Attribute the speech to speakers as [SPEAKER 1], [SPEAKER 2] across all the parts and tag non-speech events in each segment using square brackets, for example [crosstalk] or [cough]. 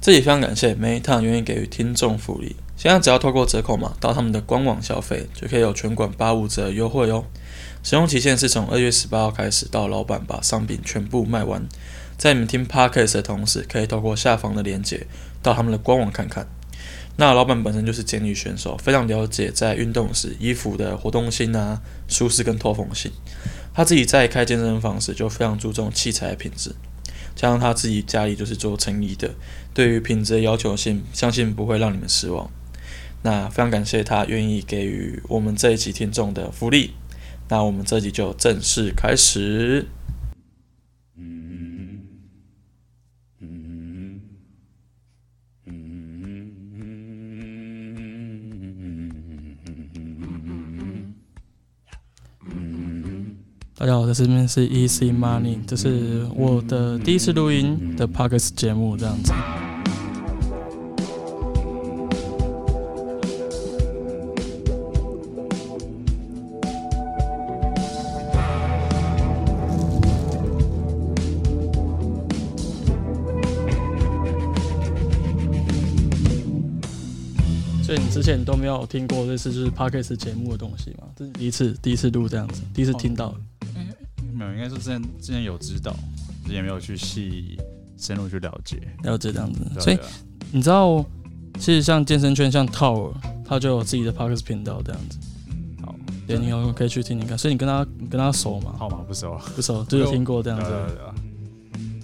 [SPEAKER 1] 这里非常感谢每一趟愿意给予听众福利。现在只要透过折扣码到他们的官网消费，就可以有全馆八五折优惠哦。使用期限是从二月十八号开始，到老板把商品全部卖完。在你们听 podcast 的同时，可以透过下方的链接到他们的官网看看。那老板本身就是监狱选手，非常了解在运动时衣服的活动性啊、舒适跟透风性。他自己在开健身房时就非常注重器材的品质，加上他自己家里就是做成衣的，对于品质的要求性，相信不会让你们失望。那非常感谢他愿意给予我们这一期听众的福利。那我们这集就正式开始。
[SPEAKER 2] 嗯嗯嗯
[SPEAKER 1] 大家好，这是面是 EC Money，这是我的第一次录音的 p o d c a s 节目，这样子。所以你之前都没有听过类似就是 p o d c a s 节目的东西吗？这是第一次，第一次录这样子，第一次听到。
[SPEAKER 2] 没有，应该是之前之前有知道，之前没有去细深入去了解。
[SPEAKER 1] 了解这样子。
[SPEAKER 2] 对啊
[SPEAKER 1] 所以
[SPEAKER 2] 对啊
[SPEAKER 1] 你知道，其实像健身圈，像 Tower，他就有自己的 Parkers 频道这样子。
[SPEAKER 2] 嗯好，
[SPEAKER 1] 对，你有可以去听听看。所以你跟他，你跟他熟吗？
[SPEAKER 2] 号码不熟啊。
[SPEAKER 1] 不熟，就有听过这样
[SPEAKER 2] 对啊
[SPEAKER 1] 子。
[SPEAKER 2] 对啊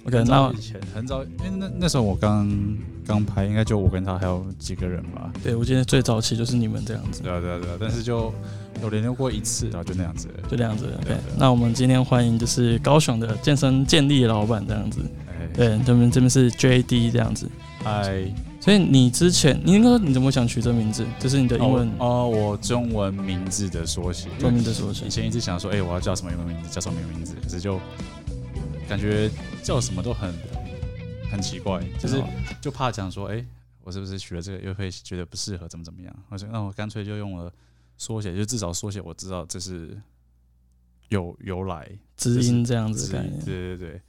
[SPEAKER 1] OK，
[SPEAKER 2] 很
[SPEAKER 1] 那
[SPEAKER 2] 早以前很早，因为那那时候我刚刚拍，应该就我跟他还有几个人吧。
[SPEAKER 1] 对我记得最早期就是你们这样子，
[SPEAKER 2] 对啊对啊对啊，但是就有联络过一次，然后就那样子了。
[SPEAKER 1] 就这样子。OK，
[SPEAKER 2] 对对
[SPEAKER 1] 那我们今天欢迎就是高雄的健身健力老板这样子。
[SPEAKER 2] 哎，
[SPEAKER 1] 对，这边这边是 JD 这样子。
[SPEAKER 2] 嗨，
[SPEAKER 1] 所以你之前，你应该说你怎么想取这名字？就是你的英文
[SPEAKER 2] 哦，哦，我中文名字的缩写。
[SPEAKER 1] 中文的缩写
[SPEAKER 2] 以。前一直想说，哎、我要叫什么英文名字，叫什么英文名字，可是就感觉叫什么都很很奇怪，就是
[SPEAKER 1] 啊
[SPEAKER 2] 就怕讲说，哎、我是不是取了这个又会觉得不适合，怎么怎么样？我说，那我干脆就用了缩写，就至少缩写我知道这是有由来
[SPEAKER 1] 知音这样子
[SPEAKER 2] 之
[SPEAKER 1] 的概
[SPEAKER 2] 类
[SPEAKER 1] 念。
[SPEAKER 2] 对对对，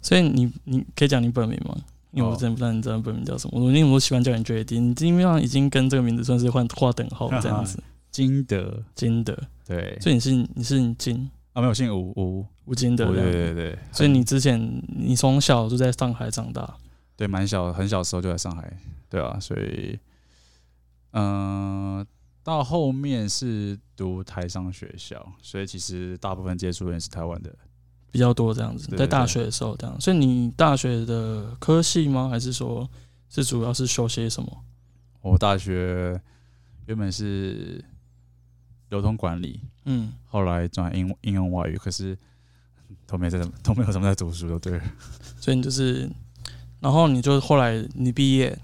[SPEAKER 1] 所以你你可以讲你本名吗？因为我
[SPEAKER 2] 哦
[SPEAKER 1] 真的不知道你真的本名叫什么，我因为我喜欢叫你 JD，你基本上已经跟这个名字算是换划等号
[SPEAKER 2] [laughs]
[SPEAKER 1] 这样子。
[SPEAKER 2] 金德
[SPEAKER 1] 金德，
[SPEAKER 2] 对
[SPEAKER 1] 所以你是你是你金
[SPEAKER 2] 啊，没有姓吴吴，
[SPEAKER 1] 吴金德
[SPEAKER 2] 对
[SPEAKER 1] 这样
[SPEAKER 2] 对
[SPEAKER 1] 子
[SPEAKER 2] 对对，
[SPEAKER 1] 所以你之前你从小就在上海长大，
[SPEAKER 2] 对，蛮小，很小的时候就在上海，对啊，所以，嗯、到后面是读台商学校，所以其实大部分接触的人是台湾的，
[SPEAKER 1] 比较多这样子，
[SPEAKER 2] 对对
[SPEAKER 1] 在大学的时候这样。所以你大学的科系吗？还是说是主要是修些什么？
[SPEAKER 2] 我大学原本是流通管理，
[SPEAKER 1] 嗯，
[SPEAKER 2] 后来转应应用外语，可是都没在都没有什么在读书的，对了，
[SPEAKER 1] 所以你就是，然后你就后来你毕业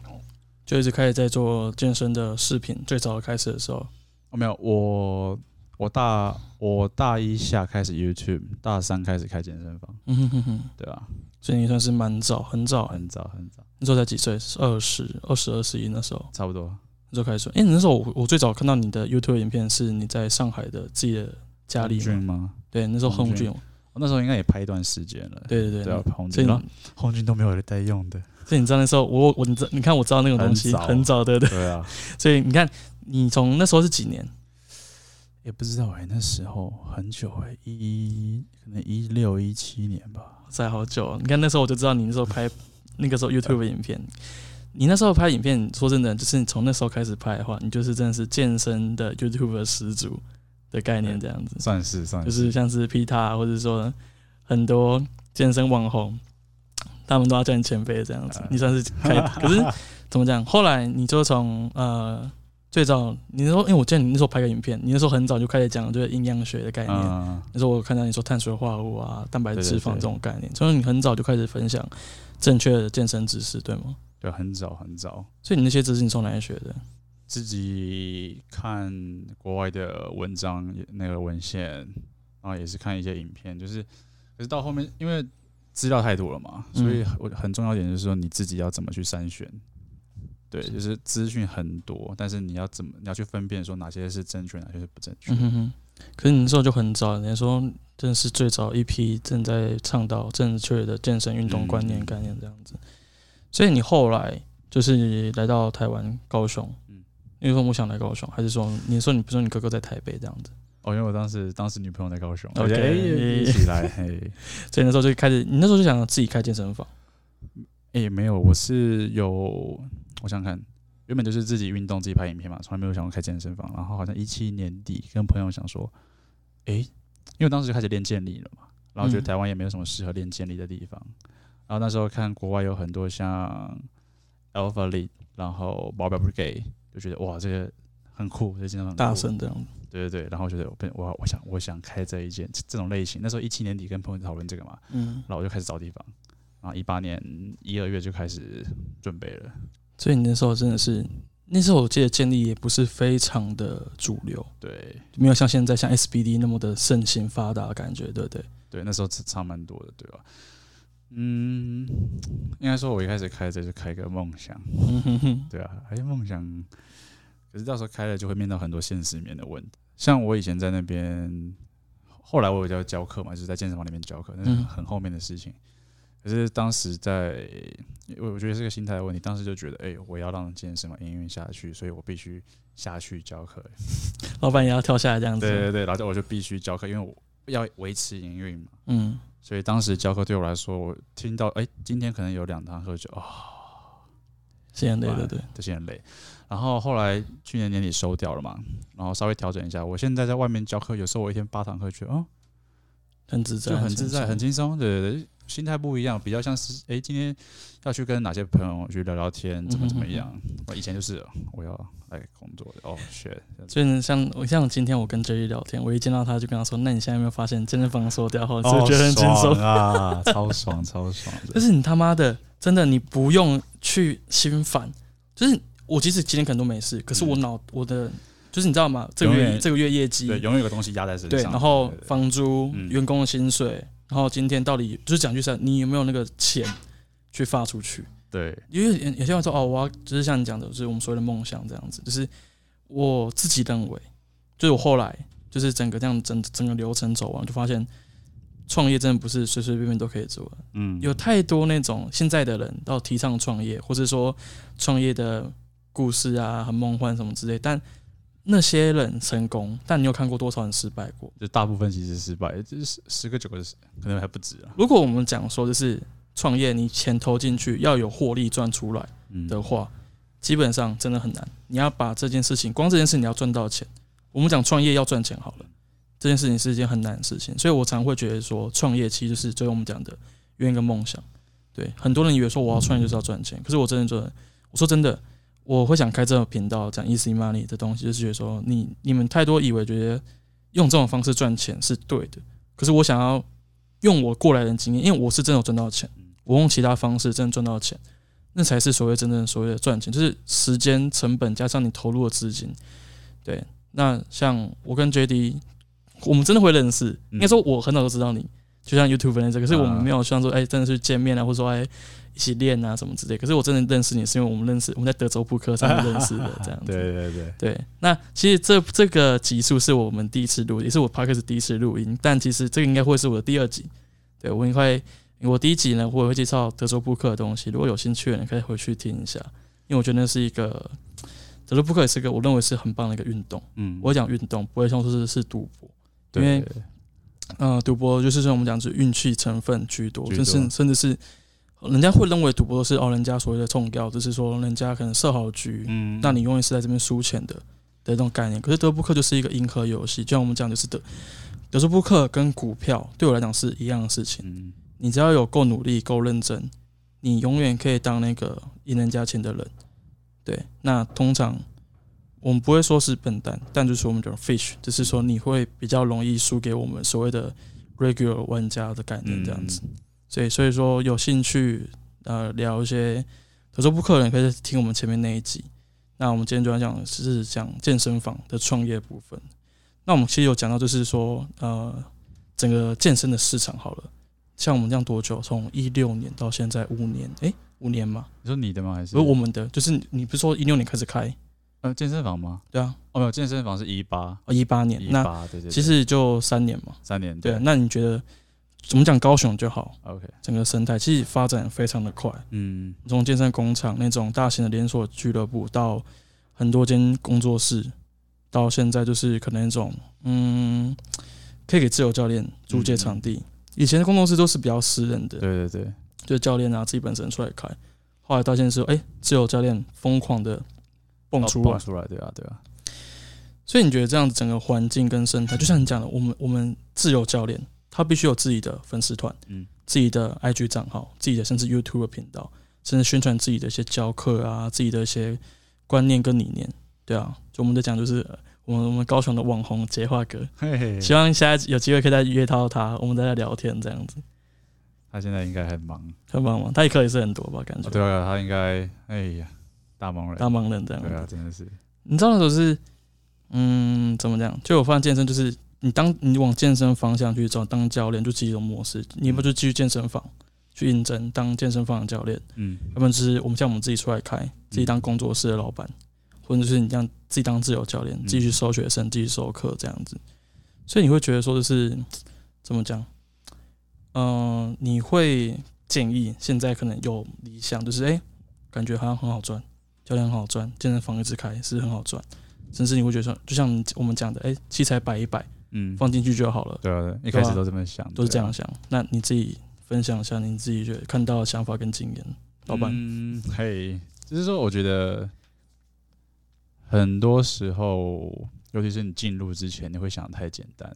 [SPEAKER 1] 就一直开始在做健身的视频，最早开始的时候，
[SPEAKER 2] 哦，没有，我我大我大一下开始 YouTube，大三开始开健身房，
[SPEAKER 1] 嗯哼哼哼。
[SPEAKER 2] 对啊，
[SPEAKER 1] 所以你算是蛮早，很早。
[SPEAKER 2] 很早很早，
[SPEAKER 1] 那时候才几岁？二十二十二十一那时候，
[SPEAKER 2] 差不多，
[SPEAKER 1] 那时候开始说。哎、那时候我我最早看到你的 YouTube 影片是你在上海的自己的家里
[SPEAKER 2] 俊
[SPEAKER 1] 嘛？
[SPEAKER 2] 吗？
[SPEAKER 1] 对，那时候
[SPEAKER 2] 红
[SPEAKER 1] 红军
[SPEAKER 2] 军，哦我那时候应该也拍一段时间了。
[SPEAKER 1] 对对
[SPEAKER 2] 对啊
[SPEAKER 1] 对。，
[SPEAKER 2] 红
[SPEAKER 1] 所以
[SPEAKER 2] 军，
[SPEAKER 1] 你，
[SPEAKER 2] 红军都没有人在用的。
[SPEAKER 1] 所以你知道那时候我我你知你看我知道那种东西
[SPEAKER 2] 很早
[SPEAKER 1] 很早，对对。
[SPEAKER 2] 对 [laughs] 啊，
[SPEAKER 1] 所以你看你从那时候是几年？
[SPEAKER 2] 也不知道哎、那时候很久哎、一可能一六一七年吧。
[SPEAKER 1] 在好久、哦。你看那时候我就知道你那时候拍
[SPEAKER 2] [laughs]
[SPEAKER 1] 那个时候 YouTube 影片。你那时候拍影片，说真的，就是你从那时候开始拍的话，你就是真的是健身的 YouTube 的始祖的概念这样子。
[SPEAKER 2] 算是算，
[SPEAKER 1] 就是是像是 p 塔，或者说很多健身网红，他们都要叫你前辈这样子
[SPEAKER 2] 啊，
[SPEAKER 1] 你算是
[SPEAKER 2] [laughs]
[SPEAKER 1] 开。可是怎么讲？后来你就从呃最早，你说，因为我见你那时候拍个影片，你那时候很早就开始讲就是营养学的概念。
[SPEAKER 2] 嗯，
[SPEAKER 1] 那时候我看到你说碳水化合物啊、蛋白质、
[SPEAKER 2] 对对
[SPEAKER 1] 脂肪
[SPEAKER 2] 对
[SPEAKER 1] 这种概念，所以你很早就开始分享正确的健身知识，对吗？
[SPEAKER 2] 对，很早很早，
[SPEAKER 1] 所以你那些知识你从哪里学的？
[SPEAKER 2] 自己看国外的文章，那个文献，然后也是看一些影片，就是，可是到后面因为资料太多了嘛，
[SPEAKER 1] 嗯
[SPEAKER 2] 所以我很重要一点就是说你自己要怎么去筛选。对，就是资讯很多，但是你要怎么，你要去分辨说哪些是正确，哪些是不正确。
[SPEAKER 1] 嗯哼哼，可是你那时候就很早，人家说真的是最早一批正在倡导正确的健身运动观念
[SPEAKER 2] 嗯
[SPEAKER 1] 概念这样子，所以你后来就是来到台湾高雄，嗯
[SPEAKER 2] 嗯，
[SPEAKER 1] 因为说我想来高雄，还是说你说你不说你哥哥在台北这样子？
[SPEAKER 2] 哦，因为我当时当时女朋友在高雄，
[SPEAKER 1] OK
[SPEAKER 2] 我觉得哎一起来，嘿，
[SPEAKER 1] 所以那时候就开始，你那时候就想自己开健身房，
[SPEAKER 2] 哎没有，我是有，我想想看，原本就是自己运动自己拍影片嘛，从来没有想过开健身房，然后好像一七年底跟朋友想说，哎，因为我当时就开始练健力了嘛，然后觉得
[SPEAKER 1] 嗯
[SPEAKER 2] 台湾也没有什么适合练健力的地方，然后那时候看国外有很多像 Alpha Lead，然后 Barbell Brigade，就觉得哇这个很酷，这个健身房很
[SPEAKER 1] 大
[SPEAKER 2] 酷
[SPEAKER 1] 声这样子。
[SPEAKER 2] 对对对，然后我觉得我变我我想我想开这一间这这种类型，那时候一七年底跟朋友讨论这个嘛，
[SPEAKER 1] 嗯，
[SPEAKER 2] 然后我就开始找地方，然后一八年一二月就开始准备了，
[SPEAKER 1] 所以你那时候真的是，那时候我记得建立也不是非常的主流，
[SPEAKER 2] 对
[SPEAKER 1] 没有像现在像 SBD 那么的盛行发达的感觉，对不对？
[SPEAKER 2] 对，那时候差蛮多的，对吧？嗯，应该说我一开始开这就开个梦想，
[SPEAKER 1] 嗯哼哼，
[SPEAKER 2] 对啊，哎梦想，可是到时候开了就会面到很多现实面的问题，像我以前在那边，后来我有教教课嘛，就是在健身房里面教课，那是
[SPEAKER 1] 嗯
[SPEAKER 2] 很后面的事情。可是当时在，我我觉得是个心态的问题。当时就觉得，哎、我要让健身房营运下去，所以我必须下去教课。
[SPEAKER 1] 老板也要跳下来这样子。
[SPEAKER 2] 对对对，然后就我就必须教课，因为我要维持营运嘛。
[SPEAKER 1] 嗯，
[SPEAKER 2] 所以当时教课对我来说，我听到，哎、今天可能有两堂课就啊、
[SPEAKER 1] 现在
[SPEAKER 2] 对
[SPEAKER 1] 对对对，
[SPEAKER 2] 这些人累。然后后来去年年底收掉了嘛，然后稍微调整一下。我现在在外面教课，有时候我一天八堂课去，哦，
[SPEAKER 1] 很自在，
[SPEAKER 2] 就很自在，很
[SPEAKER 1] 轻
[SPEAKER 2] 轻松，对对对，心态不一样，比较像是哎、诶今天要去跟哪些朋友去聊聊天，怎么
[SPEAKER 1] 嗯
[SPEAKER 2] 怎么样。我以前就是我要来工作的，哦，shit，
[SPEAKER 1] [laughs] 松。就是像我像今天我跟 J 聊天，我一见到他就跟他说：“那你现在有没有发现健身房收掉后，你是不是觉得很轻松？”
[SPEAKER 2] 哦爽啊，超爽，超爽的。
[SPEAKER 1] [laughs] 就是你他妈的，真的你不用去心烦。就是我即使今天可能都没事，可是我脑、我的就是你知道吗？这
[SPEAKER 2] 嗯
[SPEAKER 1] 个
[SPEAKER 2] 永
[SPEAKER 1] 月
[SPEAKER 2] 远
[SPEAKER 1] 这个月业绩
[SPEAKER 2] 对，永远有个东西压在身上。
[SPEAKER 1] 对然后
[SPEAKER 2] 对对
[SPEAKER 1] 房租、
[SPEAKER 2] 嗯
[SPEAKER 1] 员工的薪水，然后今天到底就是讲句实在，你有没有那个钱去发出去？
[SPEAKER 2] 对对
[SPEAKER 1] 因为有有些人说哦，我要就是像你讲的，就是我们所谓的梦想这样子，就是我自己认为，就是我后来就是整个这样整整个流程走完，就发现创业真的不是随随便便都可以做的。
[SPEAKER 2] 嗯，
[SPEAKER 1] 有太多那种现在的人到提倡创业，或者说创业的故事啊、很梦幻什么之类，但那些人成功，但你有看过多少人失败过？
[SPEAKER 2] 就大部分其实失败，就是十十个九个是可能还不止啊。
[SPEAKER 1] 如果我们讲说就是创业，你钱投进去要有获利赚出来
[SPEAKER 2] 嗯，
[SPEAKER 1] 的话，基本上真的很难。你要把这件事情，光这件事你要赚到钱，我们讲创业要赚钱好了，这件事情是一件很难的事情，所以我常会觉得说，创业其实就是最后我们讲的圆一个梦想。对，很多人以为说我要创业就是要赚钱，可是我真的觉得，我说真的，我会想开这个频道讲 easy money 的东西，就是觉得说你你们太多以为觉得用这种方式赚钱是对的，可是我想要用我过来人的经验，因为我是真的有赚到钱，我用其他方式真的赚到钱，那才是所谓真正所谓的赚钱，就是时间成本加上你投入的资金。对，那像我跟 JD，我们真的会认识，应该说我很早就知道你，就像 YouTube 那这，可是我们没有像说哎、真的是见面啊，或者说哎、一起练啊什么之类。可是我真的认识你，是因为我们认识我们在德州扑克上面认识的这样子。
[SPEAKER 2] 对对对，
[SPEAKER 1] 对，那其实这这个集数是我们第一次录，也是我 p o d c a s 第一次录音，但其实这个应该会是我的第二集。对我应该，我第一集呢，我也会介绍德州扑克的东西，如果有兴趣的人可以回去听一下，因为我觉得那是一个德州扑克也是一个我认为是很棒的一个运动。
[SPEAKER 2] 嗯，
[SPEAKER 1] 我讲运动，不会像说是是赌博，
[SPEAKER 2] 对
[SPEAKER 1] 因为
[SPEAKER 2] 对对
[SPEAKER 1] 呃，赌博就是像我们讲是运气成分居多，
[SPEAKER 2] 居
[SPEAKER 1] 就
[SPEAKER 2] 多
[SPEAKER 1] 是甚至是人家会认为赌博是哦，人家所谓的中标，就是说人家可能设好局，
[SPEAKER 2] 嗯，
[SPEAKER 1] 那你永远是在这边输钱的的这种概念。可是德扑克就是一个银河游戏，就像我们讲，就是德德州扑克跟股票对我来讲是一样的事情。
[SPEAKER 2] 嗯
[SPEAKER 1] 你只要有够努力、够认真，你永远可以当那个赢人家钱的人。对，那通常我们不会说是笨蛋，但就是我们讲 fish，只是说你会比较容易输给我们所谓的 regular 玩家的概念
[SPEAKER 2] 嗯
[SPEAKER 1] 这样子。，所以所以说有兴趣呃聊一些德州扑克的人，可以听我们前面那一集。那我们今天就要讲是讲健身房的创业部分。那我们其实有讲到，就是说呃整个健身的市场好了，像我们这样多久？从一六年到现在五年，诶、五年嘛，
[SPEAKER 2] 你说你的吗？还是
[SPEAKER 1] 不是我们的，就是你你不是说一六年开始开？
[SPEAKER 2] 呃健身房吗？
[SPEAKER 1] 对啊，
[SPEAKER 2] 哦，
[SPEAKER 1] 哦
[SPEAKER 2] 没有，健身房是一八
[SPEAKER 1] 一八年，
[SPEAKER 2] 一
[SPEAKER 1] 那
[SPEAKER 2] 八，对对，对
[SPEAKER 1] 其实就三年嘛。
[SPEAKER 2] 三年
[SPEAKER 1] 对啊，那你觉得我们讲高雄就好，
[SPEAKER 2] OK，
[SPEAKER 1] 整个生态其实发展非常的快，
[SPEAKER 2] 嗯，
[SPEAKER 1] 从健身工厂那种大型的连锁俱乐部，到很多间工作室，到现在就是可能一种嗯，可以给自由教练租借场地。以前的工作室都是比较私人的，
[SPEAKER 2] 嗯对对对，
[SPEAKER 1] 就教练啊自己本身出来开。后来到现在是，哎、自由教练疯狂的蹦出来
[SPEAKER 2] 蹦，出来，对啊对啊，
[SPEAKER 1] 所以你觉得这样子整个环境跟生态，就像你讲的，我们我们自由教练他必须有自己的粉丝团，
[SPEAKER 2] 嗯，
[SPEAKER 1] 自己的 IG 账号，自己的甚至 YouTube 频道，甚至宣传自己的一些教课啊，自己的一些观念跟理念，对啊，就我们在讲就是呃我们我们高雄的网红杰化哥，
[SPEAKER 2] 嘿嘿，
[SPEAKER 1] 希望下一集有机会可以再约到他，我们再来聊天这样子，
[SPEAKER 2] 他现在应该很忙，
[SPEAKER 1] 很帮忙，他一课也是很多吧，感觉、
[SPEAKER 2] 哦对啊，他应该，哎呀，大忙
[SPEAKER 1] 大
[SPEAKER 2] 人，
[SPEAKER 1] 忙人这样
[SPEAKER 2] 对
[SPEAKER 1] 子
[SPEAKER 2] 啊，，真的是，
[SPEAKER 1] 你知道那时候是，嗯，怎么讲？就我发现健身就是你当你往健身方向去走，当教练就是一种模式。你要不就继续健身房去应征当健身房的教练，
[SPEAKER 2] 嗯，
[SPEAKER 1] 要不然就是我们像我们自己出来开，自己当工作室的老板，或者就是你这样自己当自由教
[SPEAKER 2] 嗯
[SPEAKER 1] 练，继续收学生，继续收课这样子。所以你会觉得说，就是怎么讲？嗯、你会建议现在可能有理想，就是哎、诶感觉好像很好赚，教练很好赚，健身房一直开是很好赚，甚至你会觉得说，就像我们讲的，哎、器材摆一摆，
[SPEAKER 2] 嗯，
[SPEAKER 1] 放进去就好了，
[SPEAKER 2] 对啊，对一
[SPEAKER 1] 对啊
[SPEAKER 2] 开始都这么想，
[SPEAKER 1] 都是这
[SPEAKER 2] 对啊
[SPEAKER 1] 样想。那你自己分享一下你自己觉得看到的想法跟经验，老板。
[SPEAKER 2] 嗯，嘿，就是说，我觉得很多时候，尤其是你进入之前，你会想得太简单。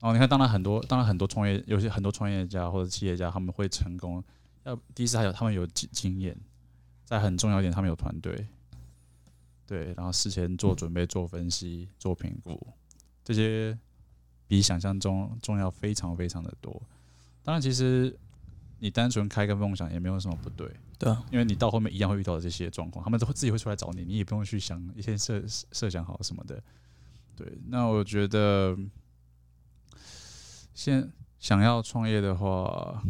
[SPEAKER 2] 哦，你看，当然很多，当然很多创业，有些很多创业家或者企业家，他们会成功，要第一是还有他们有经经验，在很重要一点，他们有团队，对，然后事前做准备、做分析、做评估，这些比想象中重要非常非常的多。当然，其实你单纯开个梦想也没有什么不对，
[SPEAKER 1] 对啊，
[SPEAKER 2] 因为你到后面一样会遇到这些状况，他们都会自己会出来找你，你也不用去想一些设设想好什么的。对，那我觉得现想要创业的话，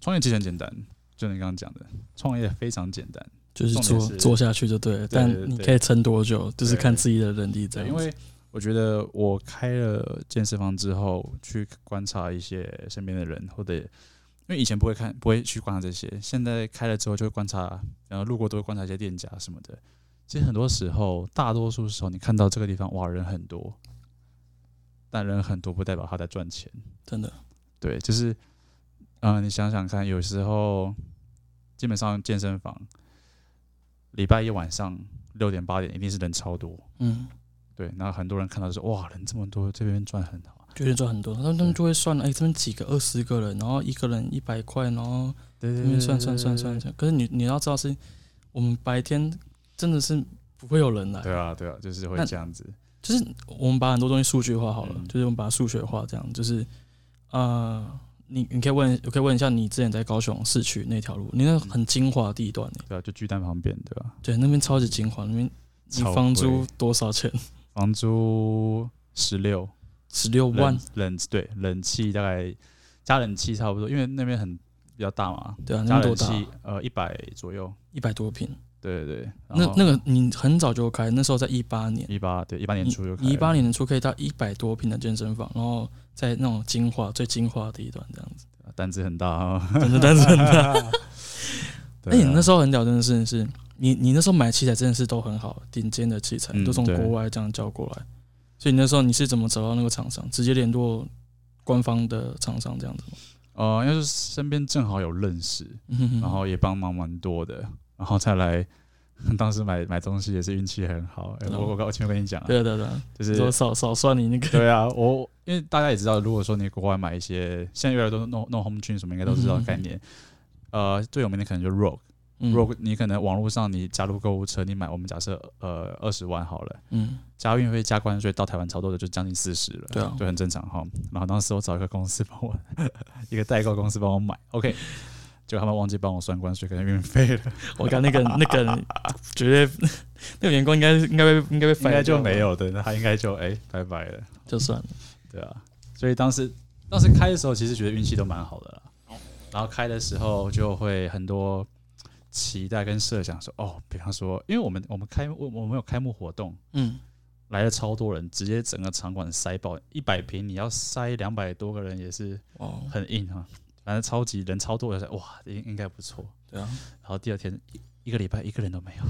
[SPEAKER 2] 创业其实很简单，就你刚刚讲的，创业非常简单。
[SPEAKER 1] 就是
[SPEAKER 2] 重
[SPEAKER 1] 做
[SPEAKER 2] 点是
[SPEAKER 1] 做下去就对
[SPEAKER 2] 对
[SPEAKER 1] 了，
[SPEAKER 2] 对
[SPEAKER 1] 但你
[SPEAKER 2] 对
[SPEAKER 1] 可以撑多久，就是
[SPEAKER 2] 对
[SPEAKER 1] 看自己的能力这
[SPEAKER 2] 对，
[SPEAKER 1] 样
[SPEAKER 2] 因
[SPEAKER 1] 子。
[SPEAKER 2] 为我觉得我开了健身房之后，去观察一些身边的人，或者因为以前不会看，不会去观察这些，现在开了之后就会观察，然后路过都会观察一些店家什么的。其实很多时候，大多数时候你看到这个地方哇人很多，但人很多不代表他在赚钱。
[SPEAKER 1] 真的，
[SPEAKER 2] 对，就是，嗯、你想想看，有时候基本上健身房礼拜一晚上六点八点一定是人超多，
[SPEAKER 1] 嗯，
[SPEAKER 2] 对，然后很多人看到就说哇，人这么多，这边赚很好。
[SPEAKER 1] 就会赚很多，他们他们就会算，哎、这边几个二十个人，然后一个人一百块，然后
[SPEAKER 2] 对
[SPEAKER 1] 因为算算算算算，可是你你要知道是，我们白天真的是不会有人来，
[SPEAKER 2] 对啊对啊，就是会
[SPEAKER 1] 那
[SPEAKER 2] 这样子。
[SPEAKER 1] 就是我们把很多东西数据化好了，
[SPEAKER 2] 嗯
[SPEAKER 1] 就是我们把它数学化，这样就是，呃，你你可以问，我可以问一下你之前在高雄市区那条路，你那很精华的地段、欸，
[SPEAKER 2] 对啊，就巨蛋旁边对吧、
[SPEAKER 1] 对，那边超级精华，那边你
[SPEAKER 2] 超
[SPEAKER 1] 房租
[SPEAKER 2] 贵
[SPEAKER 1] 多少钱？
[SPEAKER 2] 房租十六
[SPEAKER 1] 十六万，
[SPEAKER 2] 冷对冷气大概加冷气差不多，因为那边很比较大嘛，
[SPEAKER 1] 对啊，那
[SPEAKER 2] 加
[SPEAKER 1] 边多
[SPEAKER 2] 冷
[SPEAKER 1] 大啊？
[SPEAKER 2] 气呃一百左右。
[SPEAKER 1] 一百多平。
[SPEAKER 2] 对对对，
[SPEAKER 1] 那那个你很早就开，那时候在一八年，
[SPEAKER 2] 一八对一八年
[SPEAKER 1] 你
[SPEAKER 2] 初就开
[SPEAKER 1] 你一八
[SPEAKER 2] 了
[SPEAKER 1] 年年初可以到一百多平的健身房，然后在那种精华最精华的地段这样子，
[SPEAKER 2] 胆子很大啊。
[SPEAKER 1] [laughs] 真的
[SPEAKER 2] [laughs]
[SPEAKER 1] 但是真的。
[SPEAKER 2] 对
[SPEAKER 1] 哎，你那
[SPEAKER 2] 啊
[SPEAKER 1] 时候很屌，真的是是，你你那时候买器材真的是都很好，顶尖的器材
[SPEAKER 2] 嗯
[SPEAKER 1] 都从国外这样叫过来，所以你那时候你是怎么找到那个厂商？直接联络官方的厂商这样子吗？
[SPEAKER 2] 呃，因为是身边正好有认识，
[SPEAKER 1] 嗯哼哼
[SPEAKER 2] 然后也帮忙蛮多的，然后再来，当时买买东西也是运气很好。哎
[SPEAKER 1] 哦
[SPEAKER 2] 我我刚我前面跟你讲啊，
[SPEAKER 1] [laughs] 对啊对啊对啊，
[SPEAKER 2] 就
[SPEAKER 1] 你说
[SPEAKER 2] 是
[SPEAKER 1] 少少算你那个
[SPEAKER 2] 对啊，我因为大家也知道，如果说你国外买一些，现在越来越多弄弄 home gym 什么，应该都知道的概念。呃，最有名的可能就 Rogue，Rogue，、
[SPEAKER 1] 嗯
[SPEAKER 2] Rogue 你可能网络上你加入购物车，你买我们假设呃二十万好了，
[SPEAKER 1] 嗯
[SPEAKER 2] 加运费加关税到台湾差不多就将近四十了，
[SPEAKER 1] 对啊
[SPEAKER 2] 就很正常哈。然后当时我找一个公司帮我， [laughs] 一个代购公司帮我买，OK，结果他们忘记帮我算关税跟运费了。
[SPEAKER 1] 我看那个那个人绝对 [laughs] 那个员工应该应该被应该被
[SPEAKER 2] 应
[SPEAKER 1] 反
[SPEAKER 2] 该就没有的，那他应该就哎、拜拜了，
[SPEAKER 1] 就算了，
[SPEAKER 2] 对啊。所以当时当时开的时候，其实觉得运气都蛮好的啦。然后开的时候就会很多期待跟设想说哦，比方说，因为我们我们开我我们有开幕活动，
[SPEAKER 1] 嗯
[SPEAKER 2] 来了超多人，直接整个场馆塞爆，一百平你要塞两百多个人也是
[SPEAKER 3] 哦，
[SPEAKER 2] 很硬啊，反正超级人超多的，哇，应应该不错。
[SPEAKER 3] 对啊，
[SPEAKER 2] 然后第二天一一个礼拜一个人都没有，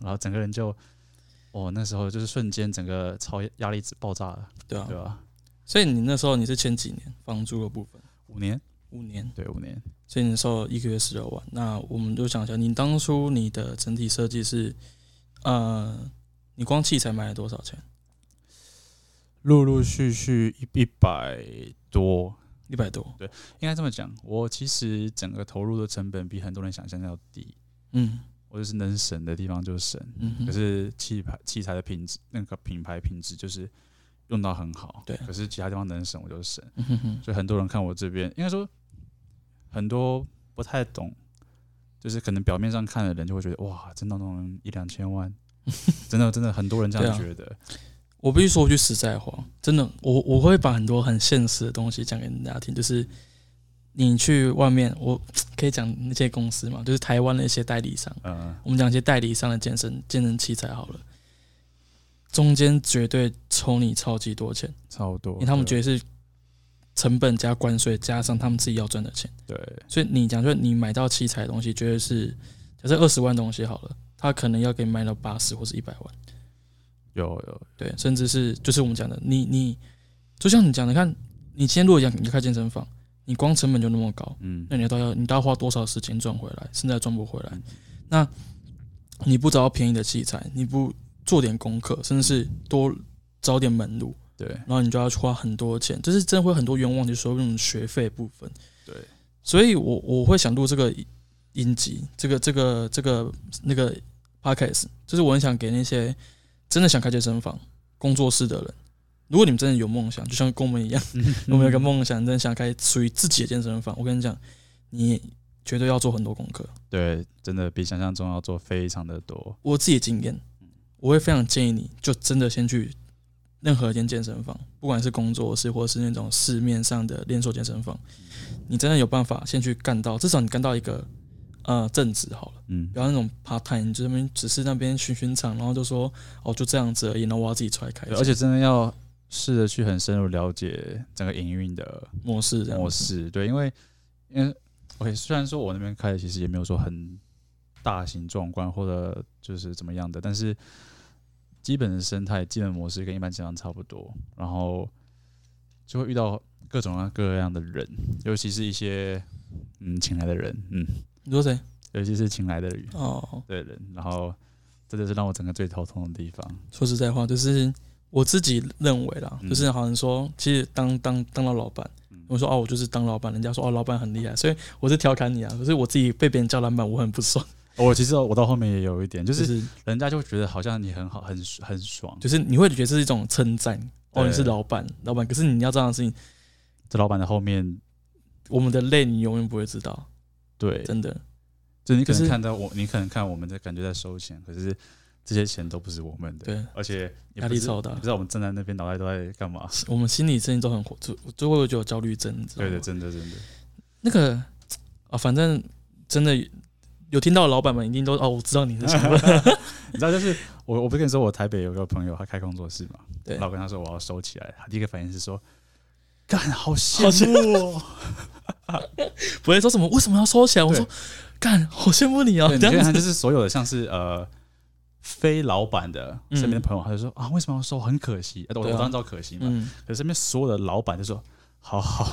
[SPEAKER 2] 然后整个人就，哦，那时候就是瞬间整个超压力值爆炸了，
[SPEAKER 3] 对啊
[SPEAKER 2] 对，吧？
[SPEAKER 1] 所以你那时候你是前几年房租的部分
[SPEAKER 2] 五年，
[SPEAKER 1] 五年，
[SPEAKER 2] 对，五年。
[SPEAKER 1] 所以你那时候一个月十六万。那我们就想一下，你当初你的整体设计是，呃，你光器材买了多少钱？
[SPEAKER 2] 陆陆续续一一百多，
[SPEAKER 1] 一百多。
[SPEAKER 2] 应该这么讲。我其实整个投入的成本比很多人想象要低，
[SPEAKER 1] 嗯
[SPEAKER 2] 我就是能省的地方就省。
[SPEAKER 1] 嗯哼，
[SPEAKER 2] 可是器牌器材的品质，那个品牌品质就是用到很好，
[SPEAKER 1] 对
[SPEAKER 2] 可是其他地方能省我就省，
[SPEAKER 1] 嗯哼哼，
[SPEAKER 2] 所以很多人看我这边，应该说很多不太懂，就是可能表面上看的人就会觉得哇，真的弄一两千
[SPEAKER 1] [laughs]
[SPEAKER 2] 万，真的真的很多人这样
[SPEAKER 1] 对啊
[SPEAKER 2] 觉得。
[SPEAKER 1] 我必须说句实在话，真的，我我会把很多很现实的东西讲给大家听，就是你去外面，我可以讲那些公司嘛，就是台湾的一些代理商，
[SPEAKER 2] 嗯，
[SPEAKER 1] 我们讲一些代理商的健身健身器材好了，中间绝对抽你超级多钱，
[SPEAKER 2] 差不多。
[SPEAKER 1] 因为他们觉
[SPEAKER 2] 得
[SPEAKER 1] 得是成本加关税加上他们自己要赚的钱，
[SPEAKER 2] 对，
[SPEAKER 1] 所以你讲说你买到器材的东西，绝对是假设二十万东西好了，他可能要给你卖到八十或是一百万。
[SPEAKER 2] 有有
[SPEAKER 1] 对，甚至是就是我们讲的，你你就像你讲的，看你今天如果讲你开健身房，你光成本就那么高，
[SPEAKER 2] 嗯
[SPEAKER 1] 那你到底要你到底要花多少时间赚回来？现在赚不回来
[SPEAKER 2] 嗯，
[SPEAKER 1] 那你不找到便宜的器材，你不做点功课，甚至是多找点门路，
[SPEAKER 2] 对
[SPEAKER 1] 然后你就要去花很多钱，就是真的会很多冤枉，就是说那种学费部分。
[SPEAKER 2] 对，
[SPEAKER 1] 所以我我会想录这个音集，这个这个这个那个 podcast，就是我很想给那些真的想开健身房、工作室的人，如果你们真的有梦想，就像跟我们一样，我们有个梦想，真的想开属于自己的健身房，我跟你讲，你绝对要做很多功课。
[SPEAKER 2] 对，真的比想象中要做非常的多。
[SPEAKER 1] 我自己的经验，我会非常建议你就真的先去任何一间健身房，不管是工作室或是那种市面上的连锁健身房，你真的有办法先去干到，至少你干到一个呃正职好了，
[SPEAKER 2] 嗯
[SPEAKER 1] 不，要那种 part time，你就那边只是那边巡巡场，然后就说哦就这样子而已，然后我要自己出来开
[SPEAKER 2] 对而且真的要试着去很深入了解整个营运的
[SPEAKER 1] 模式这样
[SPEAKER 2] 模
[SPEAKER 1] 子，
[SPEAKER 2] 式。对，因为因为 OK，虽然说我那边开的其实也没有说很大型壮观或者就是怎么样的，但是基本的生态、基本模式跟一般健身房差不多，然后就会遇到各种各样的人，尤其是一些嗯请来的人，嗯，
[SPEAKER 1] 你说谁？
[SPEAKER 2] 尤其是请来的人
[SPEAKER 1] 哦，
[SPEAKER 2] 对人，然后这就是让我整个最头痛的地方。
[SPEAKER 1] 说实在话，就是我自己认为啦，
[SPEAKER 2] 嗯
[SPEAKER 1] 就是好像说，其实当当当到老板，我说哦，我就是当老板，人家说哦，老板很厉害，所以我是调侃你啊，可是我自己被别人叫老板，我很不爽，
[SPEAKER 2] 我其实我到后面也有一点，就
[SPEAKER 1] 就是是
[SPEAKER 2] 人家就会觉得好像你很好，很很爽，
[SPEAKER 1] 就是你会觉得是一种称赞，哦，
[SPEAKER 2] 对
[SPEAKER 1] 你是老板，老板，可是你要这样的事情，
[SPEAKER 2] 这老板的后面
[SPEAKER 1] 我们的累你永远不会知道，
[SPEAKER 2] 对，
[SPEAKER 1] 真的，
[SPEAKER 2] 就你可
[SPEAKER 1] 可
[SPEAKER 2] 能
[SPEAKER 1] 是
[SPEAKER 2] 看到我，你可能看我们在感觉在收钱，可是这些钱都不是我们的，
[SPEAKER 1] 对，
[SPEAKER 2] 而且也
[SPEAKER 1] 压
[SPEAKER 2] 不
[SPEAKER 1] 力
[SPEAKER 2] 是
[SPEAKER 1] 超大啊
[SPEAKER 2] 你不知道我们站在那边脑袋都在干嘛。
[SPEAKER 1] 我们心理真的都很火，就就会有焦虑症，你知道
[SPEAKER 2] 对
[SPEAKER 1] 吗
[SPEAKER 2] 对，真的真的，
[SPEAKER 1] 那个啊，反正真的有听到的老板们一定都哦，我知道你是什么，
[SPEAKER 2] [laughs] 你知道就是我，我不是跟你说我台北有个朋友，他开工作室嘛，
[SPEAKER 1] [laughs] 对
[SPEAKER 2] 然后我跟他说我要收起来，他第一个反应是说，干好
[SPEAKER 1] 好
[SPEAKER 2] 羡
[SPEAKER 1] 羡
[SPEAKER 2] 慕哦，
[SPEAKER 1] 不会说什么为什么要收起来，我说干，好羡慕你啊， [laughs]
[SPEAKER 2] 对，你
[SPEAKER 1] 这
[SPEAKER 2] 就看
[SPEAKER 1] 样
[SPEAKER 2] 他
[SPEAKER 1] 子
[SPEAKER 2] 就是所有的像是呃非老板的身边的朋友，他就说啊为什么要收，很可惜，啊、我我
[SPEAKER 1] 嗯对啊
[SPEAKER 2] 当然知道可惜嘛，
[SPEAKER 1] 嗯，
[SPEAKER 2] 可是身边所有的老板就说好好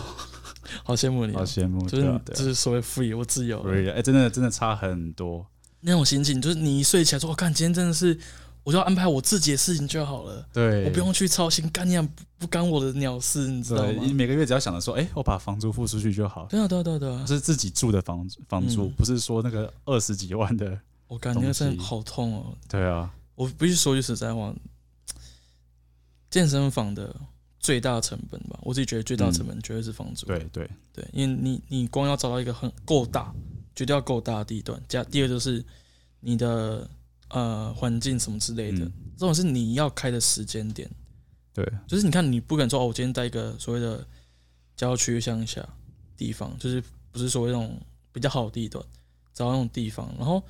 [SPEAKER 1] 好羡慕你、
[SPEAKER 2] 好
[SPEAKER 1] 啊，
[SPEAKER 2] 羡慕，
[SPEAKER 1] 就
[SPEAKER 2] 对啊
[SPEAKER 1] 是
[SPEAKER 2] 对啊
[SPEAKER 1] 就是所谓 free 我自由
[SPEAKER 2] Really，哎、真的真的差很多。
[SPEAKER 1] 那种心情，就是你一睡起来说，我看今天真的是，我就要安排我自己的事情就好了，
[SPEAKER 2] 对
[SPEAKER 1] 我不用去操心干你不不干我的鸟事，你知道
[SPEAKER 2] 对，你
[SPEAKER 1] 吗？
[SPEAKER 2] 每个月只要想着说，哎、我把房租付出去就好，
[SPEAKER 1] 对啊，对啊，对啊，对啊！
[SPEAKER 2] 是自己住的房租房租，
[SPEAKER 1] 嗯
[SPEAKER 2] 不是说那个二十几万的。
[SPEAKER 1] 我感觉真
[SPEAKER 2] 东
[SPEAKER 1] 的
[SPEAKER 2] 西
[SPEAKER 1] 好痛哦。
[SPEAKER 2] 对啊，
[SPEAKER 1] 我必须说句实在话，健身房的最大成本吧，我自己觉得最大成本绝对是房租。
[SPEAKER 2] 嗯对对
[SPEAKER 1] 对，因为你你光要找到一个很够大，绝对要够大的地段。加第二就是你的呃环境什么之类的，
[SPEAKER 2] 嗯
[SPEAKER 1] 这种是你要开的时间点。
[SPEAKER 2] 对，
[SPEAKER 1] 就是你看，你不敢说哦，我今天在一个所谓的郊区乡下地方，就是不是所谓那种比较好的地段，找那种地方。然后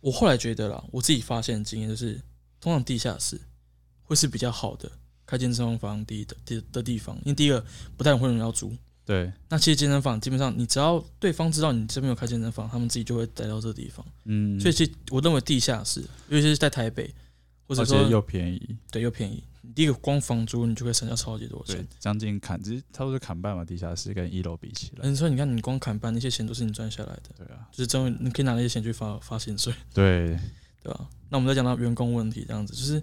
[SPEAKER 1] 我后来觉得啦，我自己发现的经验就是，通常地下室
[SPEAKER 3] 会是比较好的开健身房第一的第的地方，因为第一个不太会有人要租。
[SPEAKER 2] 对，
[SPEAKER 3] 那其实健身房基本上，你只要对方知道你这边有开健身房，他们自己就会来到这个地方。
[SPEAKER 2] 嗯，
[SPEAKER 3] 所以其实我认为地下室，尤其是在台北，或者
[SPEAKER 2] 而
[SPEAKER 3] 说
[SPEAKER 2] 且又便宜，
[SPEAKER 3] 对又便宜，你第一个光房租你就可以省下超级多
[SPEAKER 2] 对
[SPEAKER 3] 钱。，
[SPEAKER 2] 将近砍，只是差不多砍半嘛，地下室跟一楼比起来，
[SPEAKER 3] 嗯，所以你看，你光砍半那些钱都是你赚下来的，
[SPEAKER 2] 对啊，
[SPEAKER 3] 就是真的你可以拿那些钱去发发薪水，
[SPEAKER 2] 对，
[SPEAKER 3] 对吧、那我们再讲到员工问题，这样子就是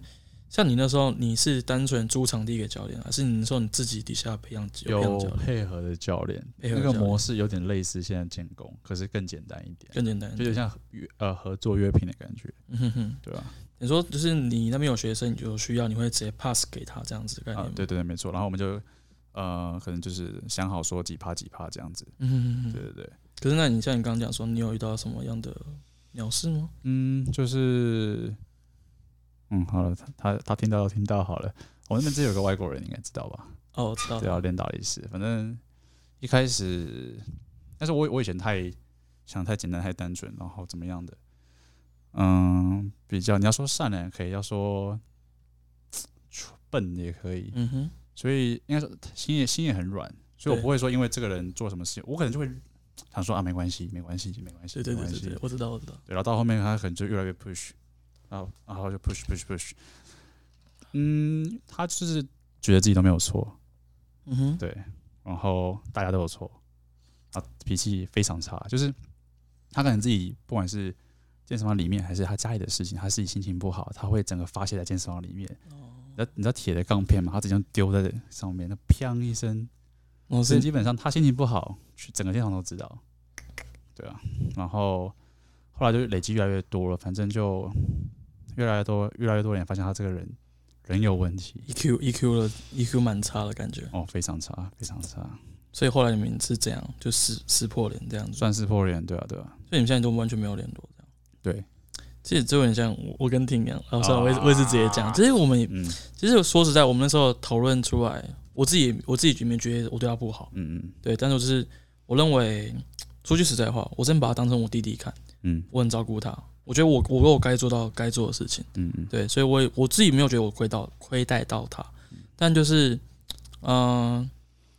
[SPEAKER 3] 像你那时候，你是单纯租场地给教练，还是你那时候你自己底下培养有培
[SPEAKER 2] 有
[SPEAKER 3] 养教练，
[SPEAKER 2] 配合的教练，
[SPEAKER 3] 配合
[SPEAKER 2] 那
[SPEAKER 3] 教
[SPEAKER 2] 个
[SPEAKER 3] 练
[SPEAKER 2] 模式有点类似现在建工，可是更简单一点，
[SPEAKER 3] 更简单一
[SPEAKER 2] 就有
[SPEAKER 3] 点？
[SPEAKER 2] 点像合约呃合作约聘的感觉，
[SPEAKER 3] 嗯哼哼，
[SPEAKER 2] 对啊吧、
[SPEAKER 3] 你说就是你那边有学生，你就有需要，你会直接 pass 给他这样子的概
[SPEAKER 2] 啊？
[SPEAKER 3] 念吗？
[SPEAKER 2] 对对对，没错。然后我们就呃，可能就是想好说几趴几趴这样子，
[SPEAKER 3] 嗯哼哼
[SPEAKER 2] 对
[SPEAKER 3] 哼。
[SPEAKER 2] 对对，
[SPEAKER 3] 可是那你像你刚刚讲说，你有遇到什么样的鸟事吗？
[SPEAKER 2] 嗯，就是嗯，好了，他他他听到听到好了，我那边这有个外国人，你应该知道吧？
[SPEAKER 3] 哦，我知道
[SPEAKER 2] 对
[SPEAKER 3] 了，
[SPEAKER 2] 啊，练打一师，反正一开始，但是我我以前太想太简单太单纯，然后怎么样的，嗯，比较你要说善良也可以，要说笨也可以，
[SPEAKER 3] 嗯哼，
[SPEAKER 2] 所以应该说心也心也很软，所以我
[SPEAKER 3] 对
[SPEAKER 2] 不会说因为这个人做什么事情，我可能就会想说啊没关系，没关系，没关系，
[SPEAKER 3] 对对
[SPEAKER 2] 没
[SPEAKER 3] 对
[SPEAKER 2] 关
[SPEAKER 3] 对
[SPEAKER 2] 系
[SPEAKER 3] 对，我知道我知道，
[SPEAKER 2] 对，然后到后面他可能就越来越 push，然后然后就 push push push，嗯，他就是觉得自己都没有错，
[SPEAKER 3] 嗯哼，
[SPEAKER 2] 对，然后大家都有错，啊，脾气非常差，就是他可能自己不管是健身房里面还是他家里的事情，他自己心情不好，他会整个发泄在健身房里面。你知道你知道铁的杠片嘛？他直接丢在上面，那砰一声，
[SPEAKER 3] 我
[SPEAKER 2] 所
[SPEAKER 3] 是
[SPEAKER 2] 以基本上他心情不好，去整个现场都知道。对啊，然后后来就累积越来越多了，反正就越来越多，越来越多人发现他这个人人有问题
[SPEAKER 3] EQ EQ E 了 EQ 蛮差的感觉，
[SPEAKER 2] 哦，非常差，非常差，
[SPEAKER 3] 所以后来你们是怎样就撕撕破脸这样子，所
[SPEAKER 2] 算是破脸，对啊，对啊，
[SPEAKER 3] 以你们现在都完全没有联络这样。
[SPEAKER 2] 对，啊
[SPEAKER 3] 其实就很像我我跟婷一样，然后我也是我也是直接讲，其实我们也
[SPEAKER 2] 嗯
[SPEAKER 3] 其实说实在，我们那时候讨论出来，我自己我自己也没觉得我对他不好，
[SPEAKER 2] 嗯
[SPEAKER 3] 对，但是我就是我认为说句实在话，我真把他当成我弟弟看，
[SPEAKER 2] 嗯
[SPEAKER 3] 我很照顾他，我觉得我我有该做到该做的事情。
[SPEAKER 2] 嗯嗯，
[SPEAKER 3] 对，所以我也我自己没有觉得我亏到亏待到他，但就是，嗯、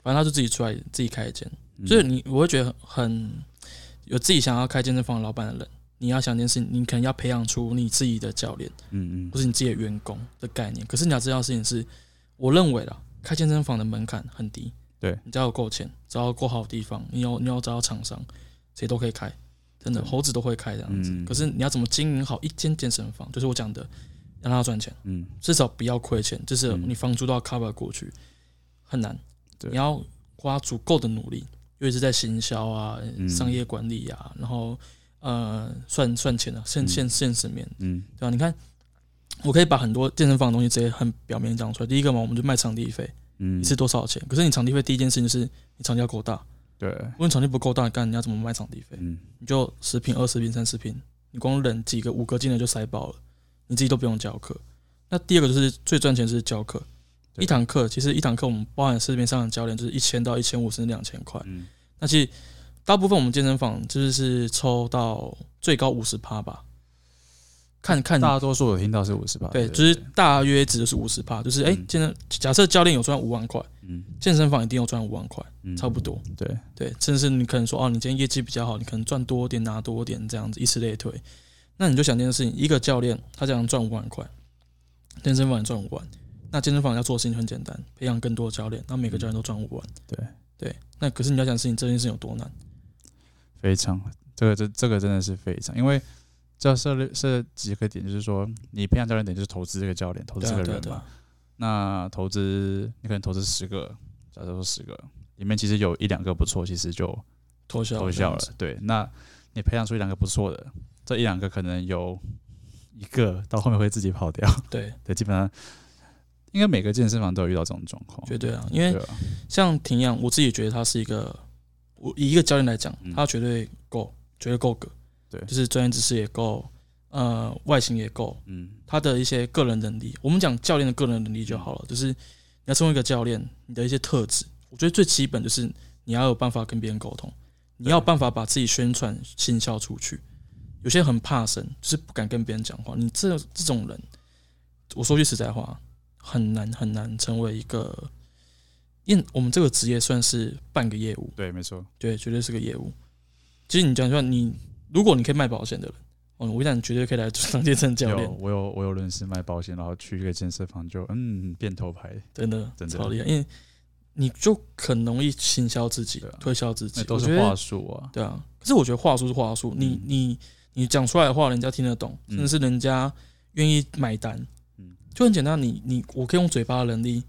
[SPEAKER 3] 反正他就自己出来自己开一间，
[SPEAKER 2] 嗯
[SPEAKER 3] 就是你我会觉得很有自己想要开健身房的老板的人，你要想一件事情，你可能要培养出你自己的教练
[SPEAKER 2] 嗯
[SPEAKER 3] 或
[SPEAKER 2] 嗯
[SPEAKER 3] 是你自己的员工的概念。可是你要知道的事情是，我认为啦，开健身房的门槛很低，
[SPEAKER 2] 对
[SPEAKER 3] 你只要有够钱，只要够好的地方，你有你要找到厂商，谁都可以开，真的
[SPEAKER 2] 对
[SPEAKER 3] 猴子都会开这样子。
[SPEAKER 2] 嗯
[SPEAKER 3] 可是你要怎么经营好一间健身房，就是我讲的，让它赚钱。
[SPEAKER 2] 嗯
[SPEAKER 3] 至少不要亏钱，就是
[SPEAKER 2] 嗯
[SPEAKER 3] 你房租都要 cover 过去，很难。
[SPEAKER 2] 对
[SPEAKER 3] 你要花足够的努力，尤其是在行销啊、
[SPEAKER 2] 嗯
[SPEAKER 3] 商业管理啊，然后呃算算钱啊，现
[SPEAKER 2] 嗯
[SPEAKER 3] 现现实面，
[SPEAKER 2] 嗯
[SPEAKER 3] 对吧、你看，我可以把很多健身房的东西直接很表面讲出来。第一个嘛，我们就卖场地费，
[SPEAKER 2] 嗯，
[SPEAKER 3] 你是多少钱？可是你场地费第一件事情就是你场地要够大，
[SPEAKER 2] 对，
[SPEAKER 3] 如果你场地不够大，干你要怎么卖场地费？
[SPEAKER 2] 嗯
[SPEAKER 3] 你就十平、二十平、三十平，你光忍几个五个进来就塞爆了，你自己都不用教课。那第二个就是最赚钱就是教课，
[SPEAKER 2] 对
[SPEAKER 3] 一堂课其实一堂课我们包含市面上的教练就是一千到一千五甚至两千块，
[SPEAKER 2] 嗯
[SPEAKER 3] 那其实大部分我们健身房就是是抽到最高五十趴吧，看看
[SPEAKER 2] 大多数我听到是五十八，
[SPEAKER 3] 对，就是大约值就是五十趴，就是哎、
[SPEAKER 2] 嗯
[SPEAKER 3] 健身假设教练有赚五万块，
[SPEAKER 2] 嗯
[SPEAKER 3] 健身房一定有赚五万块，
[SPEAKER 2] 嗯
[SPEAKER 3] 差不多。
[SPEAKER 2] 对，
[SPEAKER 3] 对，甚至你可能说哦，你今天业绩比较好，你可能赚多点拿多点这样子，以此类推。那你就想一件事情，一个教练他这样赚五万块，健身房也赚五万，那健身房要做的事情很简单，培养更多教练，那每个教练都赚五万。
[SPEAKER 2] 对
[SPEAKER 3] 对，那可是你要想的事情这件事情有多难？
[SPEAKER 2] 非常，这个这这个真的是非常，因为这涉猎涉几个点，就是说你培养教练点就是投资这个教练，投资
[SPEAKER 3] 对啊，
[SPEAKER 2] 这个
[SPEAKER 3] 对啊，
[SPEAKER 2] 人
[SPEAKER 3] 对
[SPEAKER 2] 嘛
[SPEAKER 3] 啊。，
[SPEAKER 2] 那投资你可能投资十个，假设说十个，里面其实有一两个不错，其实就
[SPEAKER 3] 脱销
[SPEAKER 2] 偷
[SPEAKER 3] 这样
[SPEAKER 2] 笑了
[SPEAKER 3] 子。。
[SPEAKER 2] 对，那你培养出一两个不错的，这一两个可能有一个到后面会自己跑掉。
[SPEAKER 3] 对，
[SPEAKER 2] 对，基本上应该每个健身房都有遇到这种状况。
[SPEAKER 3] 绝对啊，因为
[SPEAKER 2] 对啊，
[SPEAKER 3] 像婷阳，我自己觉得他是一个，我以一个教练来讲，
[SPEAKER 2] 嗯
[SPEAKER 3] 他绝对够，绝对够格。
[SPEAKER 2] 对
[SPEAKER 3] 就是专业知识也够，呃，外形也够，
[SPEAKER 2] 嗯
[SPEAKER 3] 他的一些个人能力。我们讲教练的个人能力就好了，就是你要成为一个教练，你的一些特质，我觉得最基本就是你要有办法跟别人沟通，你要有办法把自己宣传行销出去。有些人很怕生，就是不敢跟别人讲话。你这这种人，我说句实在话，
[SPEAKER 1] 很难很难成为一个，因为我们这个职业算是半个业务，
[SPEAKER 2] 对，没错，
[SPEAKER 1] 对，绝对是个业务。其实你讲说你，如果你可以卖保险的人，哦，我跟你讲，你绝对可以来当健身教
[SPEAKER 2] 有
[SPEAKER 1] 练，
[SPEAKER 2] 我有我有认识卖保险，然后去一个健身房就嗯变头牌，
[SPEAKER 1] 真的
[SPEAKER 2] 真的
[SPEAKER 1] 超厉害，因为你就很容易行销自己
[SPEAKER 2] 对啊、
[SPEAKER 1] 推销自己
[SPEAKER 2] 那，都
[SPEAKER 1] 我
[SPEAKER 2] 是
[SPEAKER 1] 觉得
[SPEAKER 2] 话术啊。
[SPEAKER 1] 对啊，可是我觉得话术是话术，你
[SPEAKER 2] 嗯
[SPEAKER 1] 你你讲出来的话，人家听得懂，
[SPEAKER 2] 嗯
[SPEAKER 1] 甚至是人家愿意买单，
[SPEAKER 2] 嗯
[SPEAKER 1] 就很简单。你你我可以用嘴巴的能力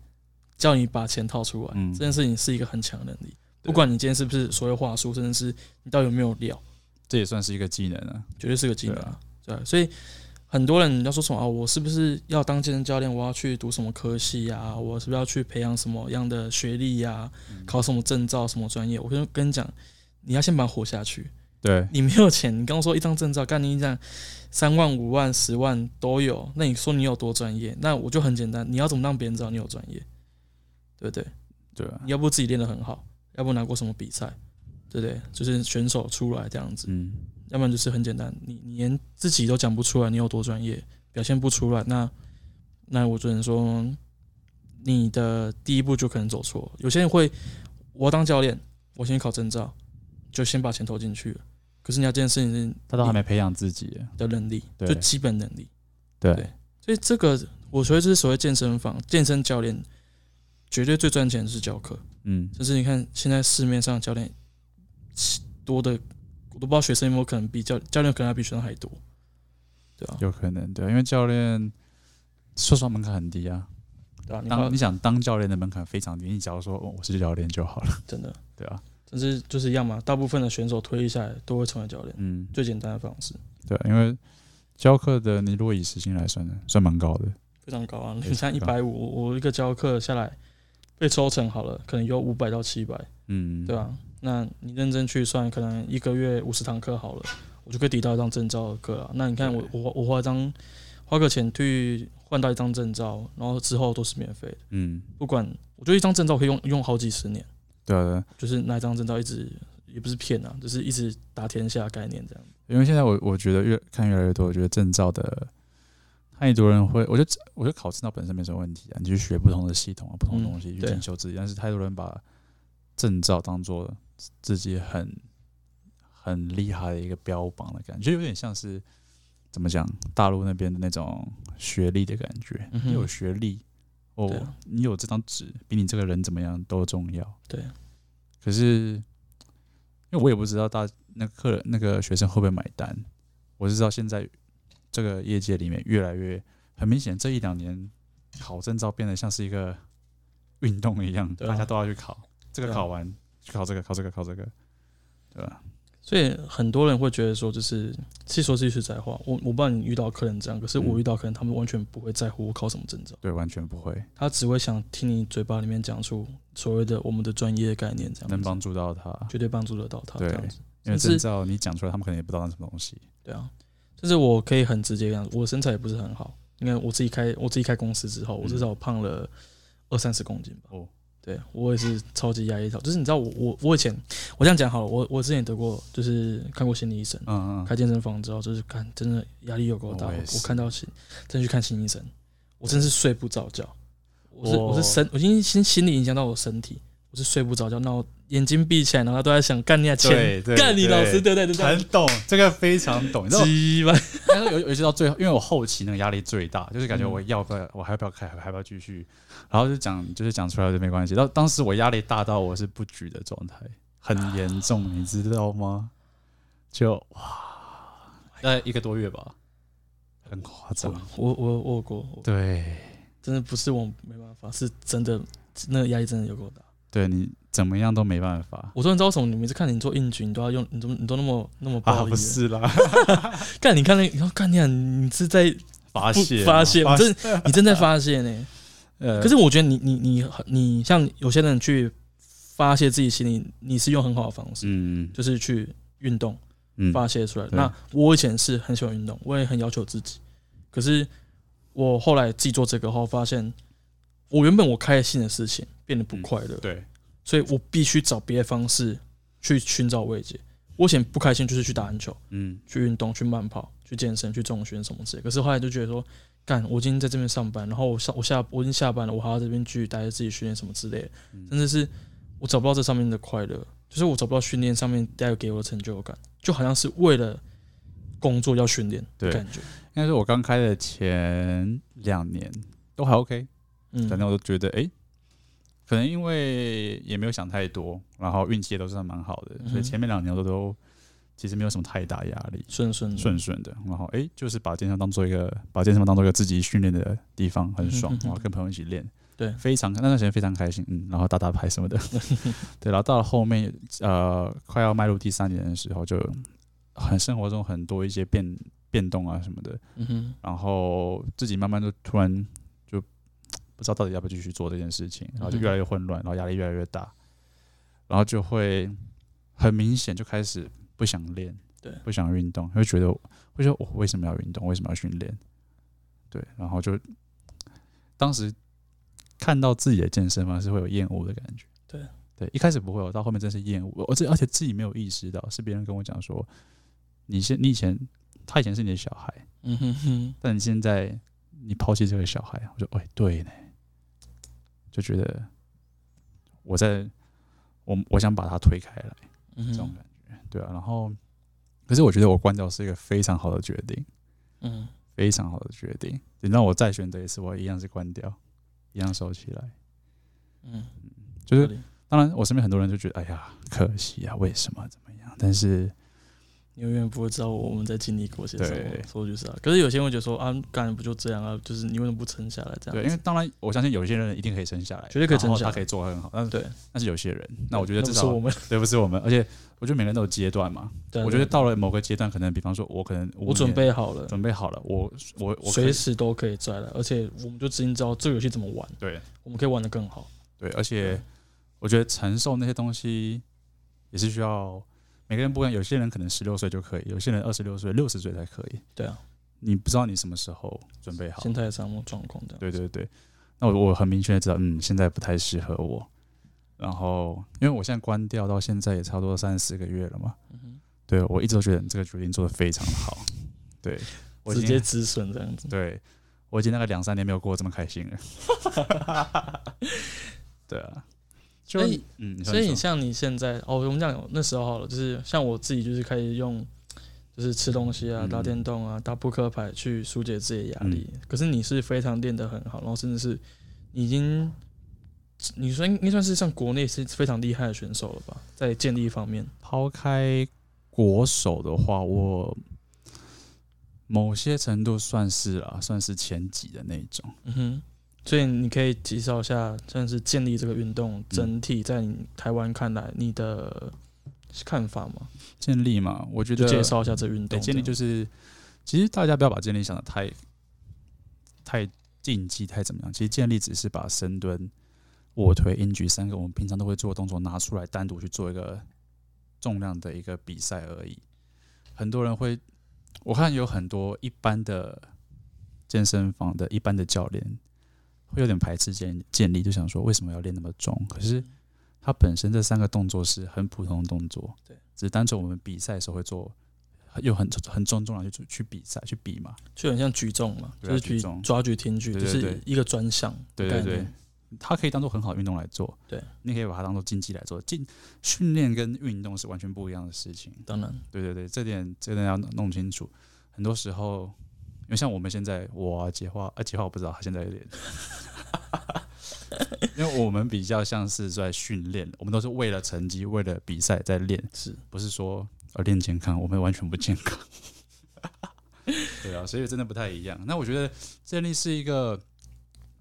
[SPEAKER 1] 叫你把钱掏出来，
[SPEAKER 2] 嗯
[SPEAKER 1] 这件事情是一个很强的能力。
[SPEAKER 2] 对
[SPEAKER 1] 不管你今天是不是所谓话术，甚至是你到底有没有料，
[SPEAKER 2] 这也算是一个技能啊。
[SPEAKER 1] 绝对是个技能
[SPEAKER 2] 对啊
[SPEAKER 1] 啊。对啊，所以很多人要说什么啊，我是不是要当健身教练？我要去读什么科系啊？我是不是要去培养什么样的学历呀、
[SPEAKER 2] 嗯
[SPEAKER 1] 考什么证照、什么专业？我跟跟你讲，你要先把它活下去。
[SPEAKER 2] 对，
[SPEAKER 1] 你没有钱，你刚刚说一张证照，干你讲三万、五万、十万都有，那你说你有多专业？那我就很简单，你要怎么让别人知道你有专业？对不对？
[SPEAKER 2] 对啊
[SPEAKER 1] 你，要不自己练得很好，要不拿过什么比赛，对不对？就是选手出来这样子，
[SPEAKER 2] 嗯，
[SPEAKER 1] 要不然就是很简单，你你连自己都讲不出来你有多专业，表现不出来，那那我只能说你的第一步就可能走错。有些人会，我要当教练，我先去考证照，就先把钱投进去了。可是你要这件事情是
[SPEAKER 2] 他都还没培养自己。
[SPEAKER 1] 的能力，
[SPEAKER 2] 对
[SPEAKER 1] 就基本能力。
[SPEAKER 2] 对
[SPEAKER 1] 对，所以这个我觉得就是所谓健身房、健身教练绝对最赚钱的是教课，
[SPEAKER 2] 嗯，
[SPEAKER 1] 就是你看现在市面上教练其多的，我都不知道学生有没有可能比教教练可能还比学生还多，对啊，
[SPEAKER 2] 有可能对，因为教练说实话门槛很低啊。
[SPEAKER 1] 对啊，你
[SPEAKER 2] 当
[SPEAKER 1] 看
[SPEAKER 2] 你想当教练的门槛非常低，你只要说哦我是教练就好了， [laughs]
[SPEAKER 1] 真的，
[SPEAKER 2] 对啊，
[SPEAKER 1] 但是就是一样嘛，大部分的选手退役下来都会成为教练，
[SPEAKER 2] 嗯，
[SPEAKER 1] 最简单的方式
[SPEAKER 2] 对，啊因为教课的你如果以时薪来算呢，算蛮高的，
[SPEAKER 1] 非常高啊，
[SPEAKER 2] 非
[SPEAKER 1] 你
[SPEAKER 2] 常
[SPEAKER 1] 看一
[SPEAKER 2] 高
[SPEAKER 1] 百五，我一个教课下来被抽成好了，可能有五百到七百。
[SPEAKER 2] 嗯，
[SPEAKER 1] 对，啊，那你认真去算，可能一个月五十堂课好了，我就可以抵到一张证照的课了。啊那你看我我我花一张花个钱去换到一张证照，然后之后都是免费的，
[SPEAKER 2] 嗯，
[SPEAKER 1] 不管我觉得一张证照可以用用好几十年，
[SPEAKER 2] 对啊对啊，
[SPEAKER 1] 就是那一张证照一直也不是骗啊，就是一直打天下概念这样。
[SPEAKER 2] 因为现在我我觉得越看越来越多，我觉得证照的太多人会，我觉得我觉得考证照本身没什么问题啊，你去学不同的系统啊，不同的
[SPEAKER 1] 嗯
[SPEAKER 2] 东西去
[SPEAKER 1] 对
[SPEAKER 2] 进修自己，但是太多人把证照当做自己很很厉害的一个标榜的感觉，就有点像是怎么讲，大陆那边的那种学历的感觉，
[SPEAKER 1] 嗯哼
[SPEAKER 2] 你有学历。哦
[SPEAKER 1] 对啊，
[SPEAKER 2] 你有这张纸，比你这个人怎么样都重要。
[SPEAKER 1] 对啊，
[SPEAKER 2] 可是因为我也不知道大那客人那个学生会不会买单，我是知道现在这个业界里面越来越很明显，这一两年考证照变得像是一个运动一样，
[SPEAKER 1] 对啊
[SPEAKER 2] 大家都要去考，这个
[SPEAKER 1] 对啊
[SPEAKER 2] 考完、去考这个，考这个，考这个，对吧？
[SPEAKER 1] 所以很多人会觉得说，就是其实说句实在话，我我不知道你遇到客人这样，可是我
[SPEAKER 2] 嗯
[SPEAKER 1] 遇到客人，他们完全不会在乎我考什么证照。
[SPEAKER 2] 对，完全不会
[SPEAKER 1] 他只会想听你嘴巴里面讲出所谓的我们的专业概念，这样子
[SPEAKER 2] 能帮助到他，
[SPEAKER 1] 绝对帮助得到他
[SPEAKER 2] 对
[SPEAKER 1] 这样子。
[SPEAKER 2] 因为
[SPEAKER 1] 甚至
[SPEAKER 2] 证照你讲出来，他们可能也不知道那什么东西。
[SPEAKER 1] 对啊，甚至我可以很直接跟他说，我身材也不是很好，因为我自己开我自己开公司之后，我至少胖了二三十公斤吧。
[SPEAKER 2] 哦
[SPEAKER 1] 对我也是超级压抑到，就是你知道我我我以前我这样讲好了，我我之前也得过就是看过心理医生，
[SPEAKER 2] 嗯嗯
[SPEAKER 1] 开健身房之后就是看真的压力有够
[SPEAKER 2] 嗯我
[SPEAKER 1] 大，我
[SPEAKER 2] 也是
[SPEAKER 1] 看到心真的去看心理医生，我真是睡不着觉，我是
[SPEAKER 2] 我
[SPEAKER 1] 我是身我已经心心理影响到我身体，我是睡不着觉，那我眼睛闭起来，然后都在想干你啊钱，
[SPEAKER 2] 对对
[SPEAKER 1] 干
[SPEAKER 2] 对
[SPEAKER 1] 你老师，对对对
[SPEAKER 2] 很
[SPEAKER 1] 对，
[SPEAKER 2] 懂这个，非常懂。你知道，
[SPEAKER 1] 鸡巴，
[SPEAKER 2] 但是有有些到最后，因为我后期那个压力最大，就是感觉
[SPEAKER 1] 嗯
[SPEAKER 2] 我要不要，我还要不要开，还要不要继续，然后就讲就是讲出来就没关系。到当时我压力大到我是不举的状态，很严重，你知道吗？就哇，大概一个多月吧，很夸张。
[SPEAKER 1] 我我我有过，我
[SPEAKER 2] 对，
[SPEAKER 1] 真的不是我没办法，是真的那个压力真的有够大。
[SPEAKER 2] 对你怎么样都没办法
[SPEAKER 1] 我突然知道为什么你每次看你做硬举，你都要用，你都你都那么那么
[SPEAKER 2] 啊，
[SPEAKER 1] 暴力
[SPEAKER 2] 不
[SPEAKER 1] 了，
[SPEAKER 2] 是啦，
[SPEAKER 1] 干你看那，你说干你啊，你是在
[SPEAKER 2] [laughs] 发
[SPEAKER 1] 不
[SPEAKER 2] 泄
[SPEAKER 1] 发泄，
[SPEAKER 2] 嘛
[SPEAKER 1] 你真你真在发泄呢、
[SPEAKER 2] 呃，
[SPEAKER 1] 可是我觉得你你你你像有些人去发泄自己心里，你是用很好的方式，
[SPEAKER 2] 嗯
[SPEAKER 1] 就是去运动
[SPEAKER 2] 嗯，
[SPEAKER 1] 发泄出来。
[SPEAKER 2] 对
[SPEAKER 1] 那我以前是很喜欢运动，我也很要求自己，可是我后来自己做这个后，发现我原本我开心的事情变得不
[SPEAKER 2] 嗯
[SPEAKER 1] 快乐，
[SPEAKER 2] 对，
[SPEAKER 1] 所以我必须找别的方式去寻找慰藉。我以前不开心就是去打篮球、
[SPEAKER 2] 嗯
[SPEAKER 1] 去运动、去慢跑、去去健身、去重训什么之类。可是后来就觉得说，干，我今天在这边上班，然后我下我下我已经下班了，我还要在这边继续待着自己训练什么之类的，甚至是我找不到这上面的快乐，就是我找不到训练上面带给我的成就感，就好像是为了工作要训练的
[SPEAKER 2] 对
[SPEAKER 1] 感觉。
[SPEAKER 2] 应该是我刚开的前两年都还 OK，
[SPEAKER 1] 嗯，
[SPEAKER 2] 反正我都觉得哎、诶可能因为也没有想太多，然后运气也都算蛮好的，所以
[SPEAKER 1] 嗯
[SPEAKER 2] 前面两年我都都其实没有什么太大压力，
[SPEAKER 1] 顺顺
[SPEAKER 2] 顺顺的。然后哎、诶就是把健身房当做一个把健身房当做一个自己训练的地方，很爽
[SPEAKER 1] 嗯哼。哼
[SPEAKER 2] 然后跟朋友一起练，
[SPEAKER 1] 对
[SPEAKER 2] 非常那段时间非常开心，嗯，然后打打牌什
[SPEAKER 1] [laughs]
[SPEAKER 2] 么的，对。然后到了后面呃快要迈入第三年的时候，就很生活中很多一些变变动啊什么的，
[SPEAKER 1] 嗯哼，
[SPEAKER 2] 然后自己慢慢就突然就不知道到底要不要继续做这件事情，然后就
[SPEAKER 1] 嗯
[SPEAKER 2] 越来越混乱，然后压力越来越大，然后就会很明显就开始不想练，
[SPEAKER 1] 对
[SPEAKER 2] 不想运动，会觉得会觉得我为什么要运动，为什么要训练？对，然后就当时看到自己的健身房是会有厌恶的感觉，
[SPEAKER 1] 对
[SPEAKER 2] 对，一开始不会，我到后面真是厌恶，我这而且自己没有意识到，是别人跟我讲说，你现你以前他以前是你的小孩。
[SPEAKER 1] 嗯哼哼，
[SPEAKER 2] 但现在你抛弃这个小孩，我说，哎、对呢，就觉得我在我我想把他推开来，
[SPEAKER 1] 嗯
[SPEAKER 2] 这种
[SPEAKER 1] 哼，
[SPEAKER 2] 感觉，对啊。然后，可是我觉得我关掉是一个非常好的决定，
[SPEAKER 1] 嗯，
[SPEAKER 2] 非常好的决定。你让我再选择一次，我一样是关掉，一样收起来。
[SPEAKER 1] 嗯，
[SPEAKER 2] 就
[SPEAKER 1] 合
[SPEAKER 2] 是
[SPEAKER 1] 理
[SPEAKER 2] 当然，我身边很多人就觉得，哎呀，可惜啊，为什么怎么样？但是，
[SPEAKER 1] 你永远不会知道我们在经历过些什
[SPEAKER 2] 对
[SPEAKER 1] 么，所以就是啊。可是有些人会觉得说啊，干不就这样啊，就是你为什么不撑下来这样？
[SPEAKER 2] 对，因为当然，我相信有些人一定可以生下来，
[SPEAKER 1] 绝对可以生
[SPEAKER 2] 然后
[SPEAKER 1] 下
[SPEAKER 2] 他
[SPEAKER 1] 来
[SPEAKER 2] 可以做得很好。但是，
[SPEAKER 1] 对，
[SPEAKER 2] 但是有些人，那我觉得
[SPEAKER 1] 那
[SPEAKER 2] 至
[SPEAKER 1] 不
[SPEAKER 2] 少
[SPEAKER 1] 是我们，
[SPEAKER 2] 对，不是我们，而且我觉得每个人都有阶段嘛。
[SPEAKER 1] 对啊
[SPEAKER 2] 我觉得
[SPEAKER 1] 对啊
[SPEAKER 2] 到了某个阶段，可能比方说，我可能五
[SPEAKER 1] 我准
[SPEAKER 2] 年
[SPEAKER 1] 备好了，
[SPEAKER 2] 准备好了，我我我可以
[SPEAKER 1] 随时都可以再来，而且我们就已经知道这个游戏怎么玩，
[SPEAKER 2] 对
[SPEAKER 1] 我们可以玩得更好。
[SPEAKER 2] 对，而且我觉得承受那些东西也是需要每个人不一样，有些人可能十六岁就可以，有些人二十六岁、六十岁才可以。
[SPEAKER 1] 对啊，
[SPEAKER 2] 你不知道你什么时候准备好。
[SPEAKER 1] 心态上的状况这样。
[SPEAKER 2] 对对对，那我我很明确的知道，嗯，现在不太适合我。然后，因为我现在关掉到现在也差不多三四个月了嘛，
[SPEAKER 1] 嗯
[SPEAKER 2] 对我一直都觉得你这个决定做得非常好。对，
[SPEAKER 1] 哼
[SPEAKER 2] 我已
[SPEAKER 1] 直
[SPEAKER 2] 经
[SPEAKER 1] 接止损这样子。
[SPEAKER 2] 对，我已经那个两三年没有过这么开心了。对啊，就
[SPEAKER 1] 所以
[SPEAKER 2] 嗯，你说
[SPEAKER 1] 所以
[SPEAKER 2] 你说
[SPEAKER 1] 你像你现在哦，我们讲那时候好了，就是像我自己就是开始用，就是吃东西啊、
[SPEAKER 2] 嗯
[SPEAKER 1] 打电动啊、打扑克牌去疏解自己的压力。可是你是非常练得很好，然后甚至是你已经，你算应该算是像国内是非常厉害的选手了吧，在健力方面。
[SPEAKER 2] 抛开国手的话，我某些程度算是啊，算是前几的那一种。
[SPEAKER 1] 嗯哼，所以你可以介绍一下，像是建立这个运动整体在你台湾看来你的看法吗？
[SPEAKER 2] 建立嘛，我觉
[SPEAKER 1] 就
[SPEAKER 2] 得
[SPEAKER 1] 介绍一下这运
[SPEAKER 2] 对
[SPEAKER 1] 动。
[SPEAKER 2] 建立就是是，其实大家不要把建立想的太太竞技太怎么样，其实建立只是把深蹲、卧推、硬举三个我们平常都会做的动作拿出来单独去做一个重量的一个比赛而已。很多人会，我看有很多一般的健身房的一般的教练会有点排斥建建立，就想说为什么要练那么重？可是
[SPEAKER 1] 嗯
[SPEAKER 2] 它本身这三个动作是很普通的动作，
[SPEAKER 1] 对，
[SPEAKER 2] 只是单纯我们比赛的时候会做，又很很重重量去做去比赛去比嘛，
[SPEAKER 1] 就很像举重嘛，
[SPEAKER 2] 对啊
[SPEAKER 1] 就是
[SPEAKER 2] 举
[SPEAKER 1] 举
[SPEAKER 2] 重
[SPEAKER 1] 抓举、挺举，
[SPEAKER 2] 对对
[SPEAKER 1] 就是一个专项的
[SPEAKER 2] 对
[SPEAKER 1] 概
[SPEAKER 2] 对
[SPEAKER 1] 念。
[SPEAKER 2] 对，它可以当做很好的运动来做，
[SPEAKER 1] 对，
[SPEAKER 2] 你可以把它当做竞技来做，竞训练跟运动是完全不一样的事情，
[SPEAKER 1] 当然，
[SPEAKER 2] 对对对，这点这点要弄清楚，很多时候。因为像我们现在，我啊，杰化，啊，杰化我不知道他现在有点， [laughs] 因为我们比较像是在训练，我们都是为了成绩、为了比赛在练，
[SPEAKER 1] 是
[SPEAKER 2] 不是说呃练健康，我们完全不健康。 [laughs] 对啊，所以真的不太一样。那我觉得健力是一个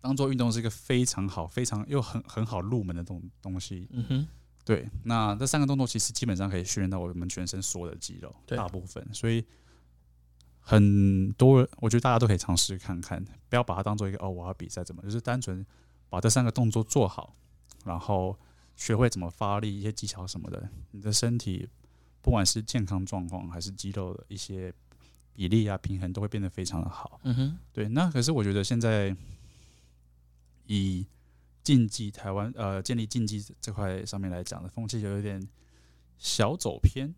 [SPEAKER 2] 当做运动是一个非常好、非常又很很好入门的东东西。
[SPEAKER 1] 嗯哼，
[SPEAKER 2] 对，那这三个动作其实基本上可以训练到我们全身所有的肌肉，
[SPEAKER 1] 对
[SPEAKER 2] 大部分，所以很多人我觉得大家都可以尝试看看，不要把它当做一个哦我要比赛怎么，就是单纯把这三个动作做好，然后学会怎么发力一些技巧什么的，你的身体不管是健康状况还是肌肉的一些比例啊平衡都会变得非常的好。
[SPEAKER 1] 嗯哼，
[SPEAKER 2] 对，那可是我觉得现在以竞技台湾呃建立竞技这块上面来讲的风气有一点小走偏，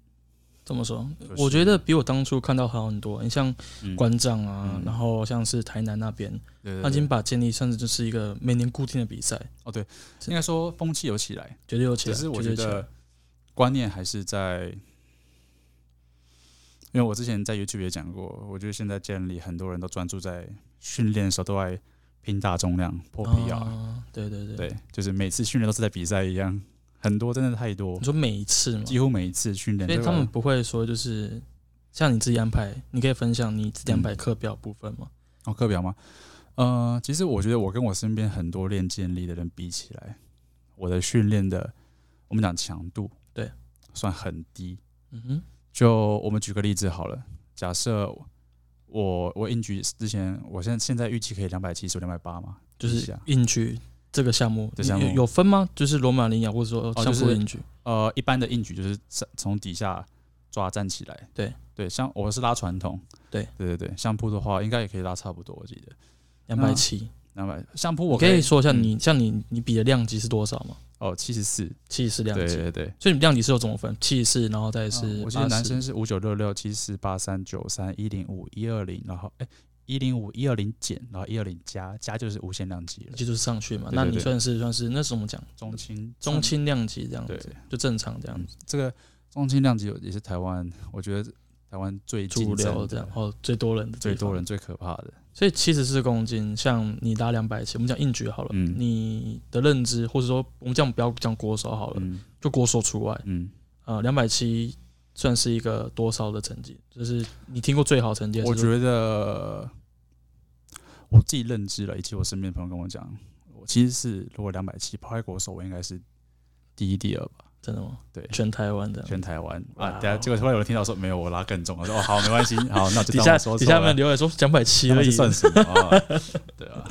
[SPEAKER 1] 这么说
[SPEAKER 2] 可，是
[SPEAKER 1] 我觉得比我当初看到好很多。你像
[SPEAKER 2] 嗯
[SPEAKER 1] 馆长啊，
[SPEAKER 2] 嗯
[SPEAKER 1] 然后像是台南那边，
[SPEAKER 2] 对对
[SPEAKER 1] 他
[SPEAKER 2] 对
[SPEAKER 1] 已经把建立算是就是一个每年固定的比赛，
[SPEAKER 2] 应该说风气有起来，
[SPEAKER 1] 绝对有起
[SPEAKER 2] 只
[SPEAKER 1] 来，
[SPEAKER 2] 是我
[SPEAKER 1] 绝
[SPEAKER 2] 觉
[SPEAKER 1] 对有啊起来
[SPEAKER 2] 得观念还是在，因为我之前在 YouTube 也讲过，我觉得现在建立很多人都专注在训练的时候都在拼大重量破 PR，、
[SPEAKER 1] 啊，对对对，
[SPEAKER 2] 对，就是每次训练都是在比赛一样，很多真的太多
[SPEAKER 1] 你，说每一次嘛，
[SPEAKER 2] 几乎每一次训练
[SPEAKER 1] 所以
[SPEAKER 2] 都
[SPEAKER 1] 他
[SPEAKER 2] 把
[SPEAKER 1] 们不会说就是像你自己安排，你可以分享你自己安排
[SPEAKER 2] 嗯
[SPEAKER 1] 课表部分嘛。
[SPEAKER 2] 哦，课表吗？呃，其实我觉得我跟我身边很多练健力的人比起来，我的训练的我们讲强度，
[SPEAKER 1] 对，
[SPEAKER 2] 算很低。
[SPEAKER 1] 嗯哼，
[SPEAKER 2] 就我们举个例子好了，假设我我硬举之前，我现在现在预期可以两百七十两百八嘛，
[SPEAKER 1] 就是硬举这个项目，
[SPEAKER 2] 这项目
[SPEAKER 1] 有有分吗？就是罗马尼亚或者说
[SPEAKER 2] 哦
[SPEAKER 1] 相
[SPEAKER 2] 就是
[SPEAKER 1] 扑硬举，
[SPEAKER 2] 呃一般的硬举就是站从底下抓站起来，
[SPEAKER 1] 对
[SPEAKER 2] 对，像我是拉传统，
[SPEAKER 1] 对
[SPEAKER 2] 对对对，相扑的话应该也可以拉差不多，我记得
[SPEAKER 1] 两百七。
[SPEAKER 2] 两百相扑
[SPEAKER 1] 我
[SPEAKER 2] 我
[SPEAKER 1] 可以说一下
[SPEAKER 2] 啊嗯
[SPEAKER 1] 你，像你你比的量级是多少吗？
[SPEAKER 2] 哦七十四，
[SPEAKER 1] 七十量
[SPEAKER 2] 对
[SPEAKER 1] 级，
[SPEAKER 2] 对对，
[SPEAKER 1] 所以你量级是有怎么分？七十，然后再
[SPEAKER 2] 嗯
[SPEAKER 1] 是
[SPEAKER 2] 我记得男
[SPEAKER 1] 80
[SPEAKER 2] 生是五九六六七四八三九三一零五一二零，然后哎一零五一二零减，然后一二零加加就是无限量级了，
[SPEAKER 1] 就是上去
[SPEAKER 2] 对
[SPEAKER 1] 嘛。
[SPEAKER 2] 对
[SPEAKER 1] 那你
[SPEAKER 2] 对
[SPEAKER 1] 算是算是那是怎么讲？
[SPEAKER 2] 中轻
[SPEAKER 1] 中轻量级这样
[SPEAKER 2] 对
[SPEAKER 1] 子，就正常这样子，
[SPEAKER 2] 这个中轻量级也是台湾，我觉得台湾最
[SPEAKER 1] 主
[SPEAKER 2] 竞争
[SPEAKER 1] 流
[SPEAKER 2] 的
[SPEAKER 1] 这样哦，最多人的地
[SPEAKER 2] 最多
[SPEAKER 1] 方
[SPEAKER 2] 人最可怕的，
[SPEAKER 1] 所以七十四公斤，像你拉两百七，我们讲硬举好了，
[SPEAKER 2] 嗯
[SPEAKER 1] 你的认知，或者说我们这样不要讲国手好了，
[SPEAKER 2] 嗯
[SPEAKER 1] 就国手除外，
[SPEAKER 2] 嗯，
[SPEAKER 1] 呃，两百七算是一个多少的成绩？就是你听过最好成绩是？
[SPEAKER 2] 我觉得我自己认知了，以及我身边的朋友跟我讲，我其实是如果两百七抛开国手，我应该是第一第二吧。
[SPEAKER 1] 真的吗？
[SPEAKER 2] 对
[SPEAKER 1] 全台湾的。
[SPEAKER 2] 全台湾
[SPEAKER 1] 哇
[SPEAKER 2] 啊！等下
[SPEAKER 1] 哦
[SPEAKER 2] 结果突然有人听到说没有，我拉更重，我说哦好，没关 [laughs] 系，好，那我就
[SPEAKER 1] 底
[SPEAKER 2] 当
[SPEAKER 1] 下
[SPEAKER 2] 我 [laughs] 说
[SPEAKER 1] 底下
[SPEAKER 2] 错
[SPEAKER 1] 有人
[SPEAKER 2] 了
[SPEAKER 1] 留言说两百七
[SPEAKER 2] 那
[SPEAKER 1] 而
[SPEAKER 2] 就
[SPEAKER 1] 已，
[SPEAKER 2] 算什么啊？对啊，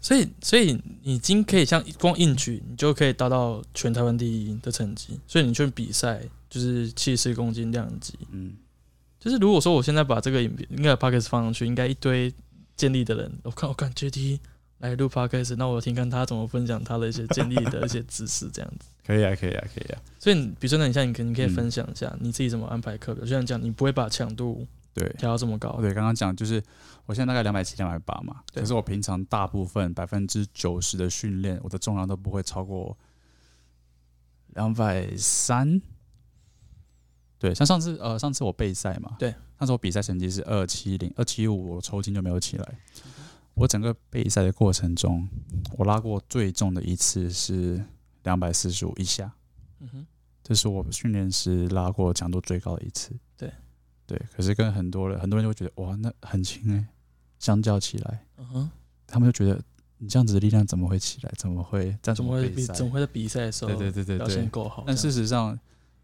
[SPEAKER 1] 所以所以你已经可以像光硬举，你就可以达到全台湾第一的成绩。所以你去比赛就是七十四公斤量级，
[SPEAKER 2] 嗯，
[SPEAKER 1] 就是如果说我现在把这个影片应该 p o d c a s t 放上去，应该一堆建立的人，我看我看 JT 来录 p o d c a s t 那我听看他怎么分享他的一些建立的一些知识这样子。
[SPEAKER 2] [laughs] 可以啊，可以啊，可以啊，
[SPEAKER 1] 所以你比如说，那你像你可你可以
[SPEAKER 2] 嗯
[SPEAKER 1] 分享一下你自己怎么啊安排课表，就像你讲你不会把强度
[SPEAKER 2] 对。
[SPEAKER 1] 调到这么高
[SPEAKER 2] 哦，，对，刚刚讲就是我现在大概两百七、两百八嘛，
[SPEAKER 1] 对
[SPEAKER 2] 可是我平常大部分百分之九十的训练，我的重量都不会超过两百三。对，像上次呃，上次我备赛嘛，
[SPEAKER 1] 对，
[SPEAKER 2] 上次我比赛成绩是二七零、二七五，我抽筋就没有起来。我整个备赛的过程中，我拉过最重的一次是两百四十五以下，
[SPEAKER 1] 嗯哼，
[SPEAKER 2] 这是我训练师拉过强度最高的一次。
[SPEAKER 1] 对，
[SPEAKER 2] 对。可是跟很多人，很多人就会觉得哇，那很轻哎、相较起来，
[SPEAKER 1] 嗯哼，
[SPEAKER 2] 他们就觉得你这样子的力量怎么会起来？怎么会？这样
[SPEAKER 1] 怎么会
[SPEAKER 2] 比
[SPEAKER 1] 比
[SPEAKER 2] 赛？
[SPEAKER 1] 怎么会在比赛的时候
[SPEAKER 2] 对对对对
[SPEAKER 1] 表现
[SPEAKER 2] 对。
[SPEAKER 1] 够好这样？
[SPEAKER 2] 但事实上，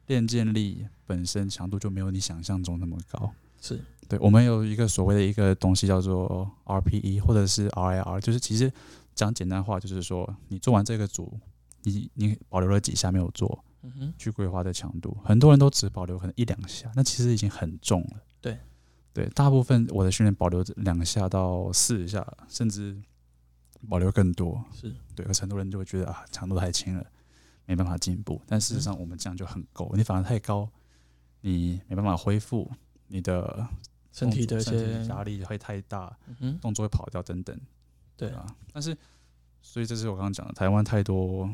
[SPEAKER 2] 练健力本身强度就没有你想象中那么高。
[SPEAKER 1] 是
[SPEAKER 2] 对，我们有一个所谓的一个东西叫做 RPE 或者是 RIR，就是其实讲简单话，就是说你做完这个组，你你保留了几下没有做，
[SPEAKER 1] 嗯哼，
[SPEAKER 2] 去规划的强度，很多人都只保留可能一两下，那其实已经很重了。
[SPEAKER 1] 对，
[SPEAKER 2] 对，大部分我的训练保留两下到四下，甚至保留更多。
[SPEAKER 1] 是
[SPEAKER 2] 对，可是很多人就会觉得啊，强度太轻了，没办法进步。但事实
[SPEAKER 1] 嗯
[SPEAKER 2] 上，我们这样就很够，你反而太高，你没办法恢复，你的
[SPEAKER 1] 身体的一
[SPEAKER 2] 动作
[SPEAKER 1] 些
[SPEAKER 2] 身体压力会太大，
[SPEAKER 1] 嗯哼，
[SPEAKER 2] 动作会跑掉等等。
[SPEAKER 1] 对
[SPEAKER 2] 啊，但是所以这是我刚刚讲的，台湾太多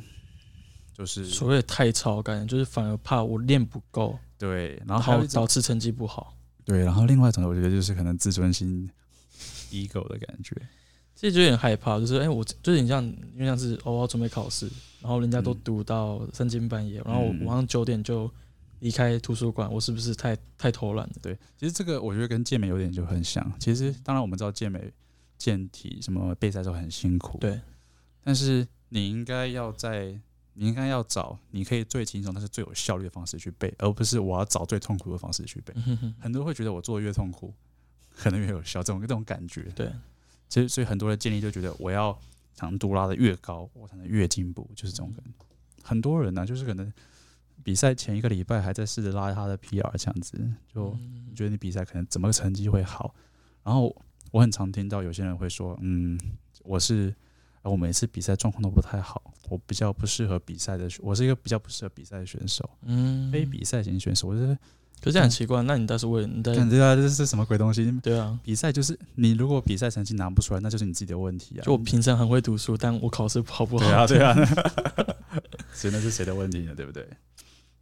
[SPEAKER 2] 就是
[SPEAKER 1] 所谓的太超感，就是反而怕我练不够，
[SPEAKER 2] 对，然后
[SPEAKER 1] 然
[SPEAKER 2] 还有
[SPEAKER 1] 后
[SPEAKER 2] 一种
[SPEAKER 1] 导致成绩不好。
[SPEAKER 2] 对，然后另外一种我觉得就是可能自尊心 ego 的感觉，
[SPEAKER 1] 其实就有点害怕，就是哎、我就是你像，因为像是哦，我要准备考试，然后人家都
[SPEAKER 2] 嗯
[SPEAKER 1] 读到三更半夜，然后我
[SPEAKER 2] 嗯
[SPEAKER 1] 晚上九点就离开图书馆，我是不是太太偷懒了？
[SPEAKER 2] 对，其实这个我觉得跟健美有点就很像。其实当然我们知道健美健体什么备赛都很辛苦，
[SPEAKER 1] 对，
[SPEAKER 2] 但是你应该要在你应该要找你可以最轻松但是最有效率的方式去背，而不是我要找最痛苦的方式去背。
[SPEAKER 1] 嗯哼哼
[SPEAKER 2] 很多人会觉得我做的越痛苦，可能越有效，这种这种感觉。
[SPEAKER 1] 对，
[SPEAKER 2] 其实所以很多人建议就觉得我要强度拉的越高，我才能越进步，就是这种感觉。很多人呢、啊就是可能比赛前一个礼拜还在试着拉他的 PR 这样子，就
[SPEAKER 1] 嗯
[SPEAKER 2] 觉得你比赛可能怎么个成绩会好。然后我很常听到有些人会说，嗯，我是。呃我每次比赛状况都不太好，我比较不适合比赛的选，我是一个比较不适合比赛的选手。
[SPEAKER 1] 嗯
[SPEAKER 2] 非比赛型选手，我觉得
[SPEAKER 1] 可是很奇怪，那你但是为了你在
[SPEAKER 2] 感觉啊，这是什么鬼东西？
[SPEAKER 1] 对啊，
[SPEAKER 2] 比赛就是你如果比赛成绩拿不出来，那就是你自己的问题啊。
[SPEAKER 1] 就我平常很会读书，但我考试考不好。
[SPEAKER 2] 对啊，对啊，
[SPEAKER 1] [laughs]
[SPEAKER 2] 所以那是谁的问题呢？对不对？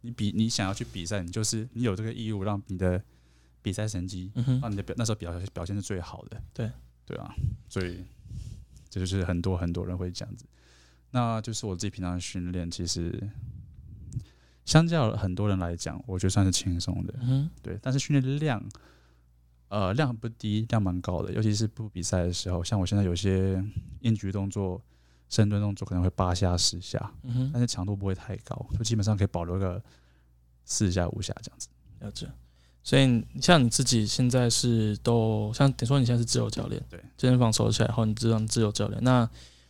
[SPEAKER 2] 你比你想要去比赛，你就是你有这个义务让你的比赛成绩，
[SPEAKER 1] 嗯哼，
[SPEAKER 2] 啊让你的表那时候表表现是最好的。
[SPEAKER 1] 对
[SPEAKER 2] 对啊，所以这就是很多很多人会这样子。那就是我自己平常的训练，其实相较很多人来讲，我觉得算是轻松的。
[SPEAKER 1] 嗯哼，
[SPEAKER 2] 对，但是训练量，呃，量不低，量蛮高的，尤其是不比赛的时候，像我现在有些硬举动作、深蹲动作可能会八下、十下，
[SPEAKER 1] 嗯哼，
[SPEAKER 2] 但是强度不会太高，就基本上可以保留个四下、五下这样子。
[SPEAKER 1] 了解。所以你像你自己现在是都像等于说你现在是自由教练，
[SPEAKER 2] 对，
[SPEAKER 1] 健身房收起来后，你就当自由教练。那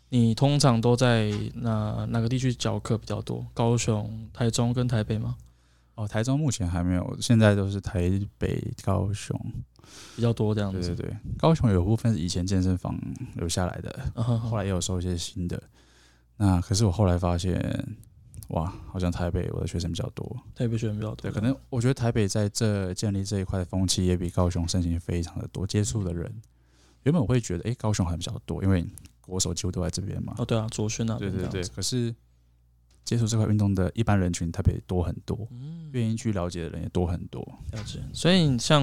[SPEAKER 1] 你通常都在哪哪个地区教课比较多？高雄、台中跟台北吗？
[SPEAKER 2] 哦，台中目前还没有，现在都是台北、高雄。
[SPEAKER 1] 比较多这样
[SPEAKER 2] 对
[SPEAKER 1] 子
[SPEAKER 2] 对。对，高雄有部分是以前健身房留下来的，
[SPEAKER 1] 嗯哼
[SPEAKER 2] 后来也有收一些新的。那可是我后来发现，哇，好像台北我的学生比较多。
[SPEAKER 1] 台北学员比较多，
[SPEAKER 2] 对，可能我觉得台北在这建立这一块的风气也比高雄盛行非常的多，接触的人原本我会觉得，诶，高雄好像比较多，因为国手几乎都在这边嘛。
[SPEAKER 1] 哦，对啊，左轩那
[SPEAKER 2] 对
[SPEAKER 1] 边这
[SPEAKER 2] 对
[SPEAKER 1] 样
[SPEAKER 2] 对，
[SPEAKER 1] 子，
[SPEAKER 2] 可是接触这块运动的一般人群特别多很多，
[SPEAKER 1] 嗯，
[SPEAKER 2] 愿意去了解的人也多很多。
[SPEAKER 1] 了解。所以像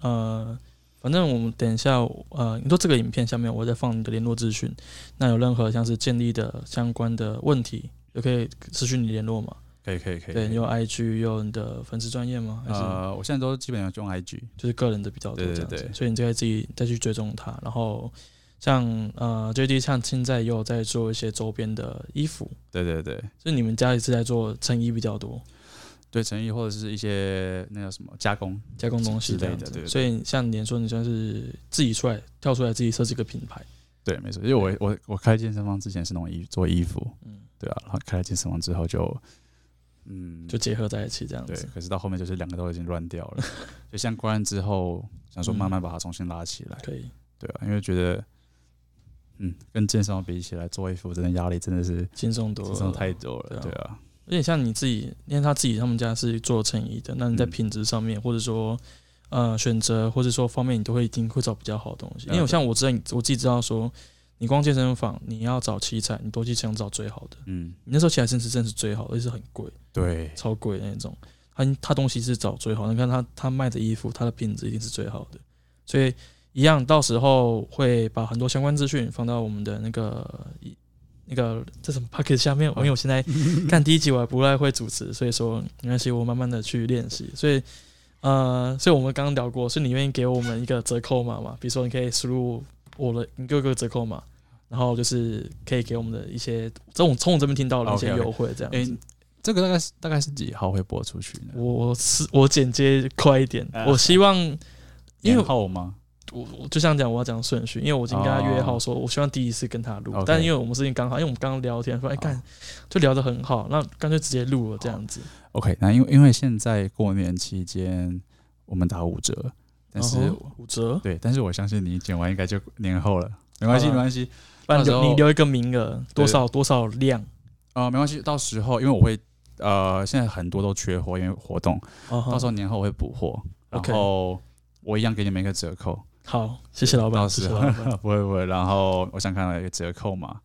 [SPEAKER 1] 呃，反正我们等一下呃，你说这个影片下面我再放你的联络资讯，那有任何像是建立的相关的问题，就可以私讯你联络嘛。
[SPEAKER 2] 可以可以可以。
[SPEAKER 1] 对，你有 IG 有你的粉丝专业吗？还是、
[SPEAKER 2] 呃，我现在都基本上用 IG，
[SPEAKER 1] 就是个人的比较多
[SPEAKER 2] 对对
[SPEAKER 1] 这样子？
[SPEAKER 2] 对
[SPEAKER 1] 所以你就可以自己再去追踪它。然后像呃 JD 像现在也有在做一些周边的衣服，
[SPEAKER 2] 对对对
[SPEAKER 1] 所以你们家也是在做成衣比较多，
[SPEAKER 2] 对，成衣或者是一些那叫什么加工，
[SPEAKER 1] 加工东西
[SPEAKER 2] 之
[SPEAKER 1] 这
[SPEAKER 2] 类的
[SPEAKER 1] 样子。
[SPEAKER 2] 对对对
[SPEAKER 1] 所以像你说，你算是自己出来跳出来自己设计一个品牌，
[SPEAKER 2] 对，没错，因为我我我开健身房之前是弄衣做衣服，
[SPEAKER 1] 嗯，
[SPEAKER 2] 对啊，然后开了健身房之后就，嗯，
[SPEAKER 1] 就结合在一起这样
[SPEAKER 2] 对
[SPEAKER 1] 子。，
[SPEAKER 2] 可是到后面就是两个都已经乱掉了， [laughs] 就像关完之后，想说慢慢把它重新拉起来，
[SPEAKER 1] 嗯可以，
[SPEAKER 2] 对啊，因为觉得，嗯，跟健身房比起来，做衣服真的压力真的是
[SPEAKER 1] 轻松多
[SPEAKER 2] 轻
[SPEAKER 1] 了。
[SPEAKER 2] 松太多了，
[SPEAKER 1] 对
[SPEAKER 2] 对啊，
[SPEAKER 1] 而且像你自
[SPEAKER 2] [laughs]
[SPEAKER 1] 己，因为他自己他们家是做成衣的，那你在
[SPEAKER 2] 嗯
[SPEAKER 1] 品质上面，或者说呃选择，或者说方面，你都会一定会找比较好的东西。
[SPEAKER 2] 了解
[SPEAKER 1] 因为我像我知道你，我自己知道说，你光健身房你要找器材，你都去想找最好的。
[SPEAKER 2] 嗯，
[SPEAKER 1] 你那时候器材真是真是最好的，而且是很贵，
[SPEAKER 2] 对，
[SPEAKER 1] 超贵的那种。他他东西是找最好的，你看他他卖的衣服，他的品质一定是最好的。所以一样，到时候会把很多相关资讯放到我们的那个一那个这什么 p a c k e t 下面。因为我现在看第一集我还不太会主持，所以说没关系，我慢慢的去练习。所以呃，所以我们刚刚聊过，是你愿意给我们一个折扣码嘛？比如说你可以输入我的，你给我一个折扣码。然后就是可以给我们的一些，从我从我这边听到了一些
[SPEAKER 2] OK，OK
[SPEAKER 1] 优惠，这样子。
[SPEAKER 2] 诶，这个大概是大概是几号会播出去呢？
[SPEAKER 1] 我是我剪接快一点，
[SPEAKER 2] 啊
[SPEAKER 1] 我希望，因为
[SPEAKER 2] 年后吗？
[SPEAKER 1] 我我就像讲我要讲顺序，因为我已经跟他约好说，我希望第一次跟他录，
[SPEAKER 2] 哦 OK 哦
[SPEAKER 1] 但因为我们最近刚好，因为我们刚刚聊天说，哎
[SPEAKER 2] 好
[SPEAKER 1] 干，就聊得很好，那干脆直接录了这样子。
[SPEAKER 2] OK，那因为因为现在过年期间我们打五折，但是、
[SPEAKER 1] 然后五折，
[SPEAKER 2] 对，但是我相信你剪完应该就年后了，没关系，
[SPEAKER 1] 好啊
[SPEAKER 2] 没
[SPEAKER 1] 啦
[SPEAKER 2] 关系，
[SPEAKER 1] 不然
[SPEAKER 2] 到时
[SPEAKER 1] 留
[SPEAKER 2] 候
[SPEAKER 1] 你留一个名额，多少多少量，
[SPEAKER 2] 呃，没关系，到时候因为我会呃，现在很多都缺货，因为活动，
[SPEAKER 1] 到
[SPEAKER 2] 到时候年后我会补货，然
[SPEAKER 1] 嗯 OK
[SPEAKER 2] 后我一样给你们一个折扣， [laughs]
[SPEAKER 1] 好，谢谢老板，
[SPEAKER 2] 到
[SPEAKER 1] 谢
[SPEAKER 2] 时
[SPEAKER 1] 谢
[SPEAKER 2] 候
[SPEAKER 1] 老板，
[SPEAKER 2] 不会不会，然后我想看到一个折扣嘛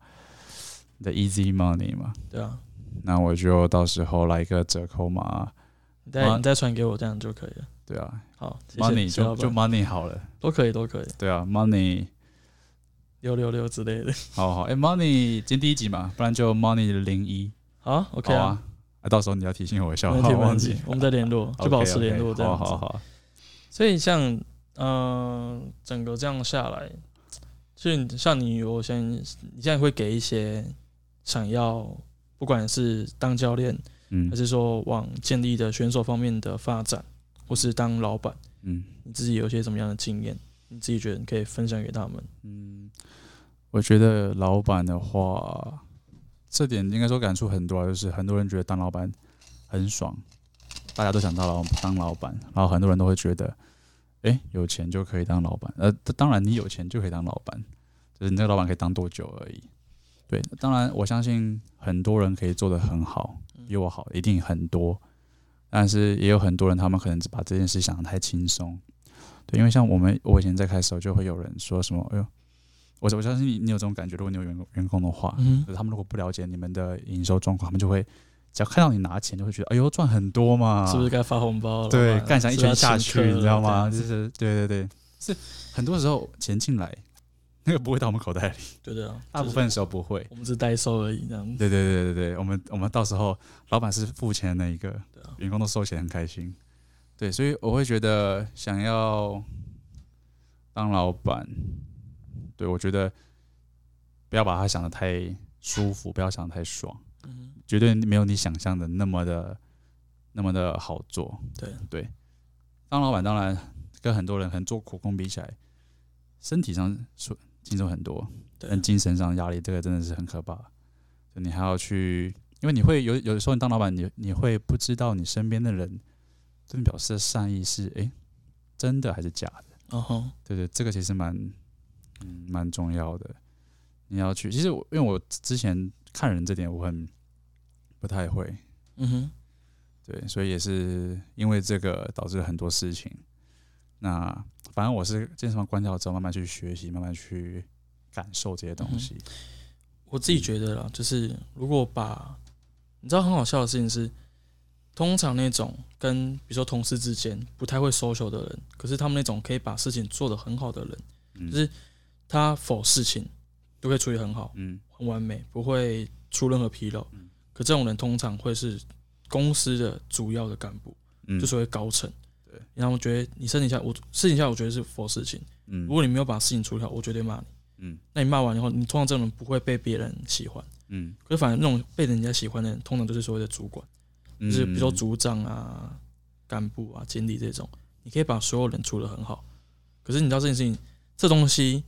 [SPEAKER 2] 你的 Easy Money 嘛，
[SPEAKER 1] 对啊，
[SPEAKER 2] 那我就到时候来一个折扣嘛，
[SPEAKER 1] 你再
[SPEAKER 2] 啊
[SPEAKER 1] 你再传给我这样就可以了。
[SPEAKER 2] 对啊
[SPEAKER 1] 好，谢谢
[SPEAKER 2] ，Money
[SPEAKER 1] 谢谢老
[SPEAKER 2] 就就
[SPEAKER 1] 板，
[SPEAKER 2] Money 好了，
[SPEAKER 1] 都可以都可以，
[SPEAKER 2] 对啊，Money
[SPEAKER 1] 六六六之类的。
[SPEAKER 2] 好好，哎、m o n e y 今天第一集嘛，不然就 Money 零一
[SPEAKER 1] 好，OK
[SPEAKER 2] 好啊，啊，到时候你要提醒我一下，
[SPEAKER 1] 没
[SPEAKER 2] 我
[SPEAKER 1] 问题没
[SPEAKER 2] 忘
[SPEAKER 1] 问
[SPEAKER 2] 记
[SPEAKER 1] 题，我们再联络，就保持联络
[SPEAKER 2] OK，OK，
[SPEAKER 1] 这样
[SPEAKER 2] 好
[SPEAKER 1] 子
[SPEAKER 2] 好。好，
[SPEAKER 1] 所以像呃，整个这样下来，就是你像你，我先你现在会给一些想要，不管是当教练，
[SPEAKER 2] 嗯
[SPEAKER 1] 还是说往建立的选手方面的发展，或是当老板，
[SPEAKER 2] 嗯。
[SPEAKER 1] 你自己有些什么样的经验？你自己觉得你可以分享给他们？
[SPEAKER 2] 嗯，我觉得老板的话，这点应该说感触很多啊，就是很多人觉得当老板很爽，大家都想当老当老板，然后很多人都会觉得，诶，有钱就可以当老板。呃，当然你有钱就可以当老板，就是你这个老板可以当多久而已。对，当然我相信很多人可以做得很好，比我好一定很多，但是也有很多人他们可能只把这件事想得太轻松。对，因为像我们我以前在开的时候，就会有人说什么，哎呦，我我相信你，你有这种感觉，如果你有员工员工的话，
[SPEAKER 3] 嗯
[SPEAKER 2] 可是他们如果不了解你们的营收状况，他们就会只要看到你拿钱，就会觉得哎呦赚很多嘛，
[SPEAKER 3] 哼，是不是该发红包了？
[SPEAKER 2] 啊对
[SPEAKER 3] 老，板
[SPEAKER 2] 干想一拳下
[SPEAKER 3] 是不
[SPEAKER 2] 去，
[SPEAKER 3] 是要请客了
[SPEAKER 2] 你知道吗？
[SPEAKER 3] 这
[SPEAKER 2] 就
[SPEAKER 3] 样
[SPEAKER 2] 是对对对，是很多时候钱进来， [laughs] 那个不会到我们口袋里，
[SPEAKER 3] 对对啊，
[SPEAKER 2] 大部分时候不会
[SPEAKER 3] 就是。我们是代收而已，这样子。
[SPEAKER 2] 对对对对对，我们我们到时候老板是付钱的那一个
[SPEAKER 3] 对啊，
[SPEAKER 2] 员工都收钱很开心。对，所以我会觉得想要当老板，对我觉得不要把它想的太舒服，不要想得太爽，
[SPEAKER 3] 嗯
[SPEAKER 2] 绝对没有你想象的那么的那么的好做。
[SPEAKER 3] 对
[SPEAKER 2] 对，当老板当然跟很多人很做苦工比起来，身体上说轻松很多，
[SPEAKER 3] 对
[SPEAKER 2] 但精神上压力这个真的是很可怕。就你还要去，因为你会有有时候你当老板，你你会不知道你身边的人对你表示的善意是诶真的还是假的。
[SPEAKER 3] 哦吼，
[SPEAKER 2] 对对，这个其实蛮嗯蛮重要的。你要去，其实我因为我之前看人这点我很不太会，
[SPEAKER 3] 嗯哼，
[SPEAKER 2] 对，所以也是因为这个导致了很多事情。那反正我是健身房关掉之后，慢慢去学习，慢慢去感受这些
[SPEAKER 3] 嗯
[SPEAKER 2] 东西。
[SPEAKER 3] 我自己觉得啦，就是如果把你知道很好笑的事情是，通常那种跟比如说同事之间不太会 social 的人，可是他们那种可以把事情做得很好的人，
[SPEAKER 2] 嗯
[SPEAKER 3] 就是他否事情都可以处理很好，
[SPEAKER 2] 嗯
[SPEAKER 3] 很完美，不会出任何纰漏。可这种人通常会是公司的主要的干部，
[SPEAKER 2] 嗯，
[SPEAKER 3] 就所谓高层。
[SPEAKER 2] 对，
[SPEAKER 3] 然后我觉得你私底下，我私底下我觉得是否事情。
[SPEAKER 2] 嗯
[SPEAKER 3] 如果你没有把事情处理好，我绝对骂你。
[SPEAKER 2] 嗯
[SPEAKER 3] 那你骂完以后，你通常这种人不会被别人喜欢。
[SPEAKER 2] 嗯，
[SPEAKER 3] 可是反正那种被人家喜欢的人，通常就是所谓的主管，
[SPEAKER 2] 就
[SPEAKER 3] 就是比如说组长啊、干部啊、经理这种，你可以把所有人处得很好。可是你知道这件事情，这东西，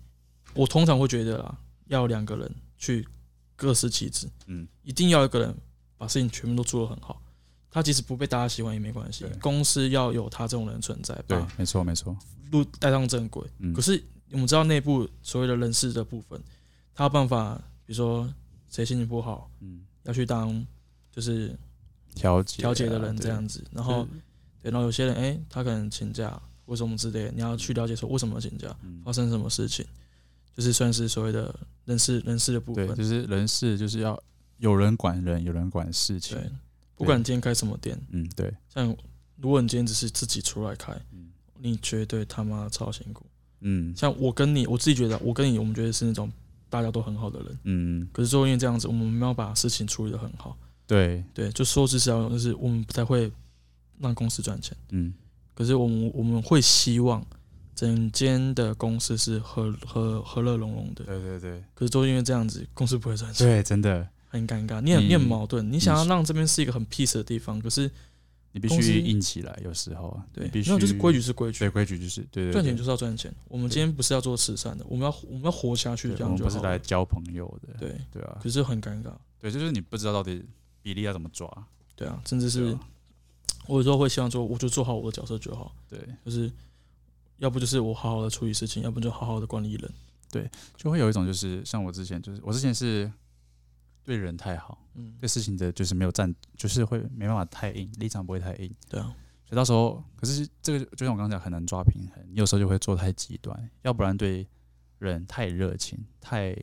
[SPEAKER 3] 我通常会觉得啊，要两个人去各司其职，
[SPEAKER 2] 嗯，
[SPEAKER 3] 一定要一个人把事情全部都做得很好。他即使不被大家喜欢也没关系
[SPEAKER 2] 对，
[SPEAKER 3] 公司要有他这种人存在，
[SPEAKER 2] 对
[SPEAKER 3] 把，
[SPEAKER 2] 没错没错，
[SPEAKER 3] 路带上正轨。
[SPEAKER 2] 嗯，
[SPEAKER 3] 啊可是我们知道内部所谓的人事的部分，他有办法，比如说谁心情不好，
[SPEAKER 2] 嗯，
[SPEAKER 3] 要去当就是
[SPEAKER 2] 调节
[SPEAKER 3] 调解的
[SPEAKER 2] 啊
[SPEAKER 3] 人这，样子，然
[SPEAKER 2] 对
[SPEAKER 3] 后对，然后有些人哎、诶他可能请假或什么之类的，你要去了解说为什么要请假，
[SPEAKER 2] 嗯
[SPEAKER 3] 发生什么事情，就是算是所谓的人事人事的部
[SPEAKER 2] 对，
[SPEAKER 3] 分。
[SPEAKER 2] 就是人事就是要有人管人，有人管事情。
[SPEAKER 3] 对，不管你今天开什么店，
[SPEAKER 2] 嗯，对，
[SPEAKER 3] 像如果你今天只是自己出来开
[SPEAKER 2] 嗯，
[SPEAKER 3] 你绝对他妈超辛苦。
[SPEAKER 2] 嗯
[SPEAKER 3] 像我跟你，我自己觉得，我跟你，我们觉得是那种大家都很好的人，
[SPEAKER 2] 嗯，
[SPEAKER 3] 可是就因为这样子，我们没有把事情处理得很好。
[SPEAKER 2] 对，
[SPEAKER 3] 对，就说句实在话，就是我们不太会让公司赚钱。
[SPEAKER 2] 嗯
[SPEAKER 3] 可是我们我们会希望整间的公司是和和和乐融融的。
[SPEAKER 2] 对对对
[SPEAKER 3] 可是都因为这样子，公司不会赚钱，
[SPEAKER 2] 对，真的，
[SPEAKER 3] 很尴尬。你很
[SPEAKER 2] 嗯
[SPEAKER 3] 你很矛盾，你想要
[SPEAKER 2] 是
[SPEAKER 3] 让这边是一个很 peace 的地方，可是
[SPEAKER 2] 你必
[SPEAKER 3] 公司
[SPEAKER 2] 须硬起来，有时候啊
[SPEAKER 3] 对
[SPEAKER 2] 你必，须
[SPEAKER 3] 那就是规矩是规
[SPEAKER 2] 对
[SPEAKER 3] 矩，
[SPEAKER 2] 规矩就是对对
[SPEAKER 3] 赚钱
[SPEAKER 2] 对
[SPEAKER 3] 就是要赚钱。我们今天不是要做慈善的，我们要我们要活下去，
[SPEAKER 2] 对
[SPEAKER 3] 这样
[SPEAKER 2] 我们
[SPEAKER 3] 就
[SPEAKER 2] 不是
[SPEAKER 3] 好
[SPEAKER 2] 来
[SPEAKER 3] 了。
[SPEAKER 2] 交朋友的，
[SPEAKER 3] 对，
[SPEAKER 2] 对啊，
[SPEAKER 3] 可是很尴尬。
[SPEAKER 2] 对，就是你不知道到底比例要怎么抓，
[SPEAKER 3] 对啊，甚至
[SPEAKER 2] 对
[SPEAKER 3] 是
[SPEAKER 2] 啊
[SPEAKER 3] 我有时候会希望说，我就做好我的角色就好，
[SPEAKER 2] 对，
[SPEAKER 3] 就是要不就是我好好的处理事情，要不就好好的管理人。
[SPEAKER 2] 就会有一种就是像我之前就是我之前是对人太好，
[SPEAKER 3] 嗯，
[SPEAKER 2] 对事情的就是没有站，就是会没办法太硬，立场不会太硬，
[SPEAKER 3] 对啊，
[SPEAKER 2] 所以到时候可是这个就像我刚刚讲很难抓平衡，你有时候就会做太极端，要不然对人太热情、太